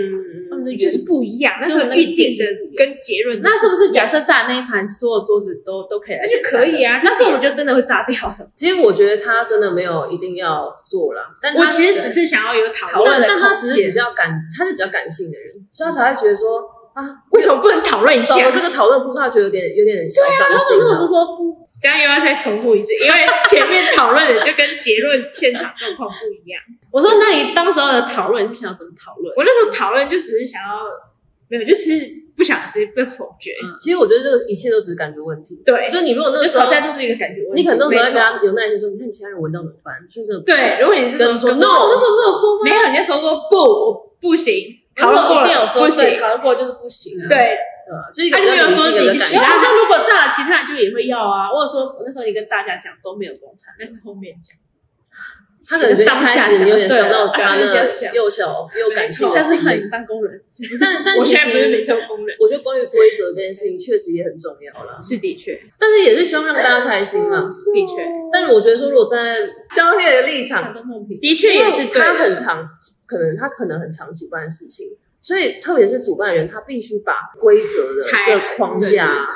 Speaker 2: 嗯，
Speaker 3: 的
Speaker 4: 就是不一样。那
Speaker 3: 就
Speaker 4: 时候
Speaker 3: 那个
Speaker 4: 预定的
Speaker 3: 定义不一样
Speaker 4: 跟结论
Speaker 3: 那是不是假设炸那一盘所有桌子都都可以来
Speaker 4: 那
Speaker 3: 选
Speaker 4: 就
Speaker 3: 菜了？
Speaker 4: 可以啊
Speaker 3: 那时候我就真的会炸掉了。
Speaker 2: 其实我觉得他真的没有一定要做啦，但他
Speaker 4: 我其实只是想要有讨
Speaker 2: 讨
Speaker 4: 论
Speaker 2: 论，
Speaker 4: 的
Speaker 2: 但他只
Speaker 4: 空
Speaker 2: 是比
Speaker 4: 间，
Speaker 2: 较感，他是比较感性的人，所以他才会觉得说啊，
Speaker 4: 为什么不能讨论一下
Speaker 2: 少？了这个讨论，不知道觉得有点有点小伤
Speaker 3: 那时
Speaker 2: 心
Speaker 3: 候我
Speaker 2: 啊
Speaker 3: 不。是说不，
Speaker 4: 这样又要再重复一次，因为前面讨论的就跟结论现场状况不一样。
Speaker 3: 我说那你当时候的讨论你是想要怎么讨论？
Speaker 4: 我那时候讨论就只是想要，没有，就是不想直接被否决。
Speaker 3: 嗯
Speaker 2: 其实我觉得这个一切都只是感觉问题。
Speaker 4: 对
Speaker 2: 就你如果那
Speaker 3: 就
Speaker 2: 时候
Speaker 3: 吵，架就是一个感觉问题，
Speaker 2: 你可能那时候
Speaker 4: 没
Speaker 2: 在
Speaker 4: 错
Speaker 2: 跟他有耐心说，你看其他人闻到怎么办？就是这不行
Speaker 4: 对，如果你是说
Speaker 2: 跟跟
Speaker 4: 跟
Speaker 3: 我那时候没有说吗？
Speaker 4: 没有，你那时候说不，我不行，讨论
Speaker 3: 讨论
Speaker 4: 过
Speaker 3: 过了
Speaker 4: 了，不
Speaker 3: 对
Speaker 4: 行。
Speaker 3: 讨论过就是不行啊。
Speaker 4: 对，
Speaker 2: 呃就是一
Speaker 4: 他
Speaker 2: 个
Speaker 4: 就
Speaker 2: 比
Speaker 4: 没有
Speaker 2: 较理
Speaker 4: 说
Speaker 2: 性的
Speaker 4: 你
Speaker 2: 感
Speaker 4: 喜
Speaker 2: 觉
Speaker 3: 然
Speaker 4: 欢。
Speaker 3: 后我说如果炸了，其他人就也会要啊。我有说我那时候也跟大家讲都没有中餐，
Speaker 4: 那是后面讲。
Speaker 2: 他可能觉得一
Speaker 3: 当
Speaker 2: 开
Speaker 3: 下
Speaker 2: 始
Speaker 3: 讲
Speaker 2: 你有点伤到
Speaker 3: 对啊
Speaker 2: 他
Speaker 3: 私下
Speaker 2: 那
Speaker 3: 讲
Speaker 2: 又小又感性
Speaker 3: 下
Speaker 2: 的
Speaker 3: 次
Speaker 2: 心
Speaker 3: 换
Speaker 2: 灵
Speaker 3: 你。当工人。
Speaker 2: 但但
Speaker 4: 我
Speaker 2: 其
Speaker 4: 现在不是
Speaker 2: 实
Speaker 4: 没收工人，
Speaker 2: 我觉得关于规则这件事情确实也很重要啦，
Speaker 4: 是的确，
Speaker 2: 但是也是希望让大家开心啦。
Speaker 4: 的确，
Speaker 2: 但是我觉得说，如果站在消费的立场
Speaker 3: 感，动梦萍，
Speaker 4: 的确也是
Speaker 2: 因为
Speaker 4: 对
Speaker 2: 他
Speaker 4: 的。
Speaker 2: 很常，可能他可能很常主办事情，所以特别是主办人，他必须把规则的
Speaker 4: 才
Speaker 2: 这个框架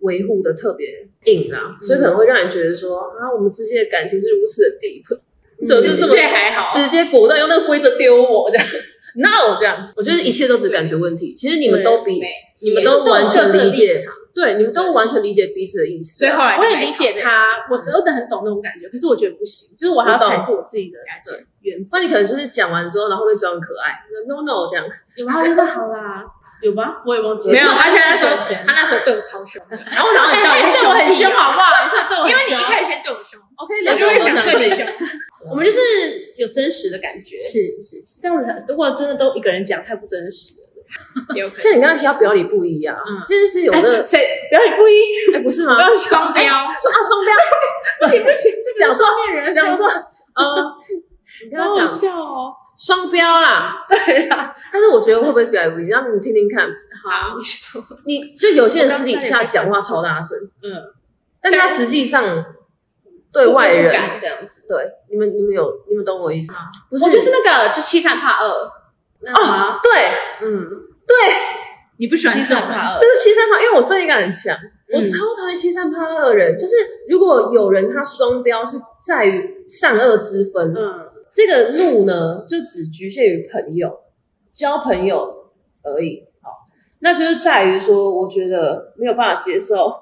Speaker 2: 维护的特别硬啊，所以可能会让人觉得说啊，我们之间的感情是如此的 deep，怎么就这么
Speaker 4: 这还好，
Speaker 2: 嗯直接果断用那个规则丢我 这样。那我这样，我觉得一切都只感觉问题。其实你们都比
Speaker 4: 对
Speaker 2: 你们都完全理解
Speaker 3: 也是，
Speaker 2: 对，你们都完全理解彼此的意思
Speaker 4: 所以后来
Speaker 2: 啊。
Speaker 3: 我也理解他，我真的很懂那种感觉，可是我觉得不行，就是我还要
Speaker 2: 我懂
Speaker 3: 阐述我自己的
Speaker 2: 对
Speaker 3: 原则
Speaker 2: 那。你可能就是讲完之后，然后后面装可爱，no no 这样。
Speaker 3: 有吗？他就说好啦，有吗？我也忘记了。
Speaker 4: 没有，他现在
Speaker 3: 说
Speaker 4: 说，他那时候对我超凶的，然后我
Speaker 3: 然
Speaker 4: 脑
Speaker 3: 后
Speaker 4: 海
Speaker 3: 你
Speaker 4: 到底
Speaker 3: 对我
Speaker 2: 哦
Speaker 3: 很凶，
Speaker 2: 啊
Speaker 3: 好不好？你是对我
Speaker 4: 啊
Speaker 3: 很
Speaker 4: 因为
Speaker 3: 凶
Speaker 4: 你一
Speaker 3: 啊
Speaker 4: 开始先对我凶，
Speaker 2: OK，
Speaker 4: 我
Speaker 2: 两
Speaker 4: 就
Speaker 2: 个
Speaker 4: 会
Speaker 2: 人都
Speaker 4: 想
Speaker 2: 相
Speaker 4: 对
Speaker 2: 信
Speaker 4: 你。凶。
Speaker 3: 我们就是有真实的感觉，
Speaker 4: 是是是，
Speaker 3: 这样子。如果真的都一个人讲，太不真实了。
Speaker 4: 有可能
Speaker 2: 像你刚刚提到表里不一啊，
Speaker 3: 嗯
Speaker 2: 这件事有
Speaker 4: 哎
Speaker 2: 个
Speaker 3: 谁表里不一？
Speaker 2: 哎不是吗？
Speaker 4: 双
Speaker 1: 哎
Speaker 4: 标，
Speaker 2: 说啊双标，不行不 行，讲说面人讲说呃， 你跟他
Speaker 3: 好好
Speaker 2: 讲
Speaker 3: 笑哦。
Speaker 2: 双标 啦，
Speaker 3: 对啊，
Speaker 2: 但是我觉得会不会表里不一，让你们听听看。
Speaker 4: 好，
Speaker 2: 你就有些人私底下讲话超大声，
Speaker 3: 嗯，
Speaker 2: 但他实际上对外
Speaker 3: 不
Speaker 2: 人
Speaker 3: 敢这样子。
Speaker 2: 对你们你们有你们懂我意思吗？不是，
Speaker 4: 哦
Speaker 2: 啊哦
Speaker 3: 我就是那个，就欺善怕恶，那什么，
Speaker 2: 对
Speaker 3: 嗯，
Speaker 2: 对，
Speaker 1: 你不喜欢
Speaker 2: 七
Speaker 1: 这
Speaker 2: 三
Speaker 1: 种人
Speaker 2: 趴二，就是七三趴，因为我正义感很强，我超讨厌七三趴二的人。就是如果有人他双标是在于善恶之分，
Speaker 3: 嗯，
Speaker 2: 这个怒呢就只局限于朋友，交朋友而已。好，那就是在于说，我觉得没有办法接受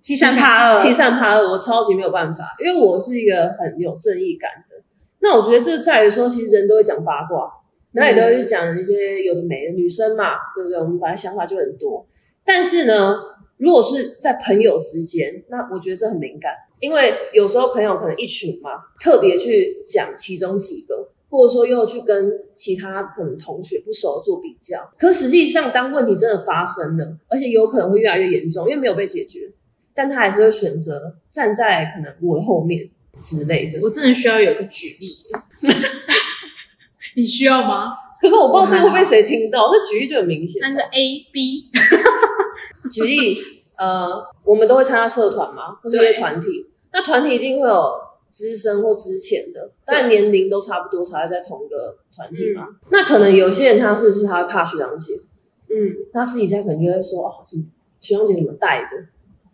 Speaker 3: 七三八二，
Speaker 2: 欺善怕恶，我超级没有办法，因为我是一个很有正义感的。那我觉得这在于说，其实人都会讲八卦，然后也都会讲一些有的没的，女生嘛，对不对？我们本来想法就很多，但是呢，如果是在朋友之间，那我觉得这很敏感，因为有时候朋友可能一群嘛，特别去讲其中几个。或者说又去跟其他可能同学不熟做比较，可实际上当问题真的发生了，而且有可能会越来越严重，因为没有被解决，但他还是会选择站在可能我的后面之类的。
Speaker 1: 我真的需要有个举 例。你需要吗？
Speaker 2: 可是我不知道这个会被谁听到，这举例就很明显。
Speaker 1: 但是 A B
Speaker 2: 举例，呃，我们都会参加社团嘛，或是一些
Speaker 1: 对
Speaker 2: 团体，那团体一定会有资深或之前的，但年龄都差不多，才会在同一个团体嘛。那可能有些人他是不是他会怕学长姐，
Speaker 3: 嗯，
Speaker 2: 那私底下可能就会说哦，怎么学长姐怎么带的？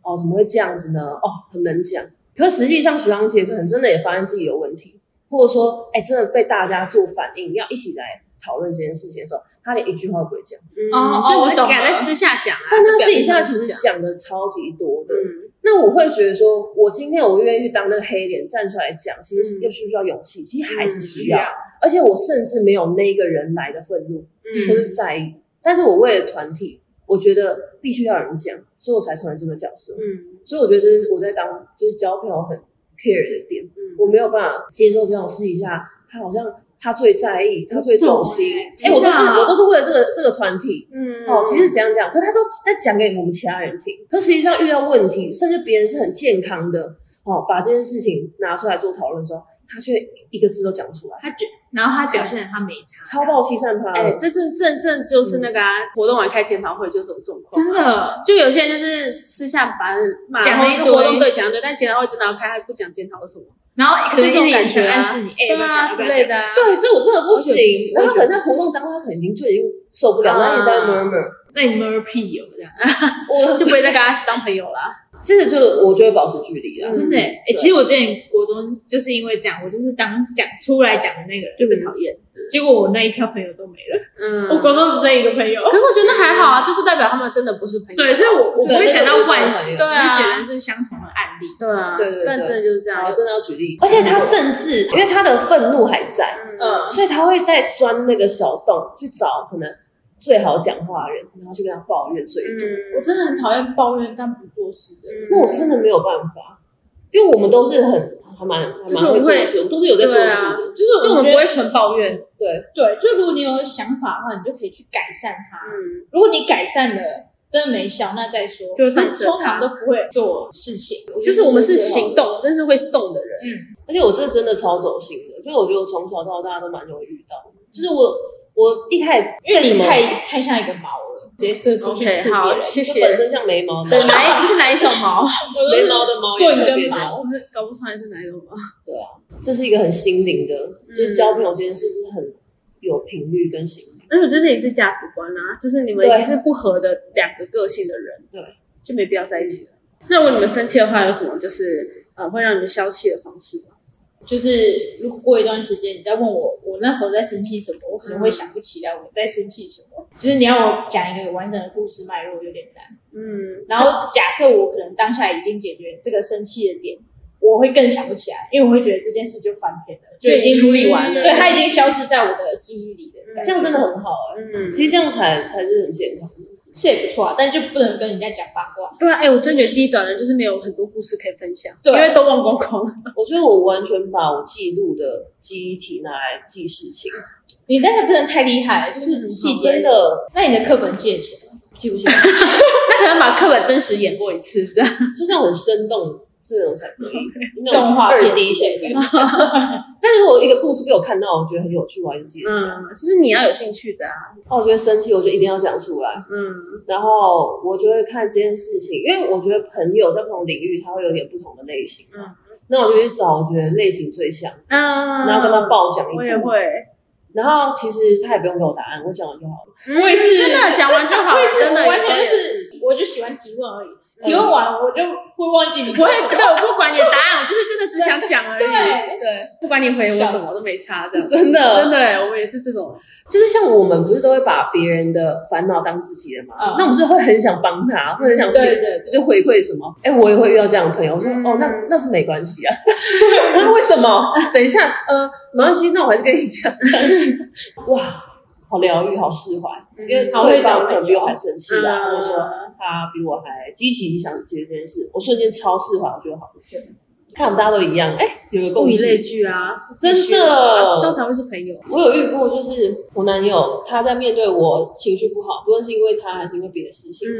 Speaker 2: 哦，怎么会这样子呢？哦，很能讲。可实际上，学长姐可能真的也发现自己有问题，或者说，哎，真的被大家做反应，要一起来讨论这件事情的时候，他连一句话都不会讲。
Speaker 3: 嗯
Speaker 1: 哦哦
Speaker 3: 就是
Speaker 1: 我懂
Speaker 3: 敢在
Speaker 1: 了
Speaker 3: 私下讲啊，
Speaker 2: 但他
Speaker 3: 就表
Speaker 2: 私底
Speaker 3: 面上
Speaker 2: 下其实
Speaker 3: 讲，
Speaker 2: 讲的超级多的。
Speaker 3: 嗯，
Speaker 2: 那我会觉得说，我今天我愿意当那个黑脸站出来讲，其实
Speaker 3: 嗯
Speaker 2: 是又需不需要勇气？其实还是需要。而且我甚至没有那个人来的愤怒，
Speaker 3: 嗯
Speaker 2: 或是在意，但是我为了团体，我觉得必须要有人讲，所以我才成为这个角色。
Speaker 3: 嗯
Speaker 2: 所以我觉得这是我在当就是交朋友很 care 的点，
Speaker 3: 嗯
Speaker 2: 我没有办法接受这种私底下他好像他最在意，他最走心。
Speaker 3: 欸
Speaker 2: 哎、
Speaker 1: 啊
Speaker 2: 我都是
Speaker 3: 天哪
Speaker 2: 我都是为了这个这个团体，
Speaker 3: 嗯
Speaker 2: 哦，其实怎样讲，可他都在讲给我们其他人听。可实际上遇到问题，甚至别人是很健康的哦，把这件事情拿出来做讨论的时候，他却一个字都讲不出来，
Speaker 1: 他觉，然后他表现得他没差，
Speaker 2: 超爆欺善怕恶。
Speaker 3: 哎，这正正正就是那个啊，活动完开检讨会就这种状况，啊
Speaker 1: 真。的
Speaker 3: 就有些人就是私下把骂
Speaker 1: 讲了一
Speaker 3: 或者
Speaker 1: 堆
Speaker 3: 活动对讲一堆，但检讨会真的要开，他不讲检讨什么，
Speaker 1: 然后可能一直
Speaker 3: 就这种感觉啊
Speaker 1: 暗示你，哎，
Speaker 3: 对
Speaker 1: 要不要讲
Speaker 3: 啊
Speaker 1: 要不
Speaker 3: 之
Speaker 1: 要
Speaker 3: 类
Speaker 1: 讲
Speaker 3: 的啊。
Speaker 2: 对，这我真的不
Speaker 3: 我觉得
Speaker 2: 行
Speaker 3: 是。
Speaker 2: 然后
Speaker 3: 我觉
Speaker 2: 可能
Speaker 3: 得
Speaker 2: 在
Speaker 3: 是
Speaker 2: 活动当中，他可能已经就已经受不了，然后一直在
Speaker 3: 啊
Speaker 2: murmur。
Speaker 1: 那你们屁友这样，
Speaker 2: 我
Speaker 3: 就不会再跟他当朋友啦。
Speaker 2: 这个就我就会保持距离啦。
Speaker 3: 嗯
Speaker 1: 真的欸。哎，
Speaker 2: 对
Speaker 1: 其实我之前国中就是因为这样，我就是当讲出来讲的那个人，
Speaker 3: 就被讨
Speaker 2: 嗯
Speaker 3: 厌。
Speaker 1: 结果我那一票朋友都没了，
Speaker 3: 嗯，
Speaker 1: 我国
Speaker 3: 可
Speaker 1: 中只剩一个朋友。
Speaker 3: 是我觉得那还好啊，就是代表他们真的不是朋友。
Speaker 1: 对，所以我我不会感到惋惜，只
Speaker 3: 对啊
Speaker 1: 是觉得是相同的案例。
Speaker 3: 对啊，
Speaker 2: 对对对
Speaker 3: 但真的就是这
Speaker 2: 然
Speaker 3: 样
Speaker 2: 后。真的要举例，而且他甚至因为他的愤怒还在，
Speaker 3: 嗯，
Speaker 2: 所以他会再钻那个小洞去找可能最好讲话的人，然后去跟他抱怨最多。
Speaker 4: 我真的很讨厌抱怨但不做事的人。
Speaker 2: 嗯
Speaker 3: 嗯
Speaker 2: 那我真的没有办法，因为我们都是很还蛮还
Speaker 3: 就是
Speaker 2: 蛮
Speaker 3: 我
Speaker 2: 会
Speaker 3: 们
Speaker 2: 做
Speaker 3: 会
Speaker 2: 事，我们都是有在做
Speaker 3: 对
Speaker 2: 事
Speaker 3: 啊
Speaker 2: 的。
Speaker 4: 就是
Speaker 3: 就我
Speaker 4: 我
Speaker 3: 们
Speaker 4: 觉
Speaker 3: 不
Speaker 4: 得
Speaker 3: 会纯抱怨。
Speaker 2: 对，
Speaker 4: 对，就如果你有想法的话，你就可以去改善它。
Speaker 3: 嗯，
Speaker 4: 如果你改善了，真的没效，那再说。
Speaker 3: 就
Speaker 4: 可
Speaker 3: 放
Speaker 4: 是
Speaker 3: 着它
Speaker 4: 通常都不会做事情。
Speaker 3: 就是我们是行动，真是会动的人。
Speaker 4: 嗯，
Speaker 2: 而且我这真的超走心的，就是我觉得我从小到大都蛮容易遇到的，就是我我一开始
Speaker 4: 因为
Speaker 2: 在
Speaker 4: 你
Speaker 2: 什么
Speaker 4: 太太像一个毛了，直接射出去
Speaker 3: OK，
Speaker 4: 刺
Speaker 3: 好
Speaker 4: 别人。
Speaker 3: 谢
Speaker 2: 就本身像眉毛 嘛，
Speaker 3: 对，哪一是哪一种 毛？
Speaker 4: 我
Speaker 2: 眉
Speaker 4: 都
Speaker 2: 毛的毛也
Speaker 4: 盾
Speaker 2: 特
Speaker 4: 跟
Speaker 2: 别
Speaker 4: 毛
Speaker 2: 多。
Speaker 3: 我会搞不出来是哪一种毛。
Speaker 2: 对啊，这是一个很心灵的，
Speaker 4: 嗯
Speaker 2: 就是交朋友这件事是很有频率跟心灵。
Speaker 3: 而且这是一致价值观啦、就是你们已
Speaker 2: 对
Speaker 3: 经是不合的两个个性的人，
Speaker 2: 对，
Speaker 3: 就没必要在一起了。那如果你们生气的话，有什么就是呃会让你们消气的方式吗？
Speaker 4: 就是如果过一段时间你再问我，我那时候在生气什么，我可能会想不起来我在生气什么。就是你要我讲一个完整的故事脉络有点难。
Speaker 3: 嗯，
Speaker 4: 然后假设我可能当下已经解决这个生气的点，我会更想不起来，因为我会觉得这件事就翻篇了，
Speaker 3: 就
Speaker 4: 已经
Speaker 3: 已经处理完了
Speaker 4: 对，它已经消失在我的记忆里了。
Speaker 2: 这样真的很好哎、
Speaker 3: 嗯，
Speaker 2: 其实这样才才是很健康的。
Speaker 4: 是也不错啊，但就不能跟人家讲八卦。
Speaker 3: 对啊，哎、我真觉得记忆短的人就是没有很多故事可以分享，
Speaker 4: 对
Speaker 3: 因为都忘光光了。
Speaker 2: 我觉得我完全把我记录的记忆体拿来记事情，
Speaker 4: 你那个真的太厉害了，就是细
Speaker 2: 你
Speaker 4: 节
Speaker 2: 真。的
Speaker 4: 那你的课本借钱吗
Speaker 2: 记不起来，
Speaker 3: 那可能把课本真实演过一次，这样。
Speaker 2: 就这样很生动，这种才可以。那
Speaker 4: 动
Speaker 2: 种
Speaker 4: 画
Speaker 2: 二
Speaker 4: 片
Speaker 2: D
Speaker 4: 之类
Speaker 2: 写
Speaker 4: 的
Speaker 2: 的。但是如果一个故事被我看到，我觉得很有趣，我还是记得起来。
Speaker 3: 嗯，就是你要有兴趣的啊。
Speaker 2: 那、哦我觉得生气，我就一定要讲出来。
Speaker 3: 嗯
Speaker 2: 然后我就会看这件事情，因为我觉得朋友在不同领域，他会有点不同的类型。
Speaker 3: 嗯，
Speaker 2: 那我就去找我觉得类型最像，
Speaker 3: 嗯，
Speaker 2: 然后跟他爆讲一
Speaker 3: 我也
Speaker 2: 部。
Speaker 3: 会，
Speaker 2: 然后其实他也不用给我答案，我讲完就好了。
Speaker 3: 我也是，真的讲完就好
Speaker 4: 我
Speaker 3: 了
Speaker 4: 也，是，
Speaker 3: 真的
Speaker 4: 我完全
Speaker 3: 有些
Speaker 4: 就
Speaker 3: 人
Speaker 4: 是，我就喜欢提问而已，提问完我就会忘记你
Speaker 3: 不会，对， 我不管你的答案，我就是真的只想讲而已。
Speaker 4: 对
Speaker 3: 对，不管你回我什么，我都没差这样。
Speaker 2: 真的
Speaker 3: 真的，欸我们也是这种。
Speaker 2: 就是像我们不是都会把别人的烦恼当自己的嘛？
Speaker 4: 嗯
Speaker 2: 那我们是会很想帮他，会很想
Speaker 4: 对对对
Speaker 2: 就回馈什么？哎、我也会遇到这样的朋友，我说、
Speaker 3: 嗯
Speaker 2: 哦，那那是没关系啊。 啊为什么？ 等一下，呃，没关系，那我还是跟你讲。 哇，好疗愈，好释怀，因为
Speaker 4: 嗯好会
Speaker 2: 嗯对方
Speaker 4: 找
Speaker 2: 可能
Speaker 4: 朋
Speaker 2: 比
Speaker 4: 友
Speaker 2: 我还生气啊，
Speaker 3: 嗯
Speaker 2: 或者说他比我还积极想解决这件事，我瞬间超释怀，我觉得好。看我们大家都一样，哎、有个
Speaker 3: 物
Speaker 2: 共
Speaker 3: 以
Speaker 2: 识，
Speaker 3: 类聚啊，
Speaker 2: 真
Speaker 3: 必须
Speaker 2: 的
Speaker 3: 啊这样才会是朋友。
Speaker 2: 我有遇过，就是我男友他在面对我情绪不好，不论是因为他还是因为别的事情，
Speaker 3: 嗯，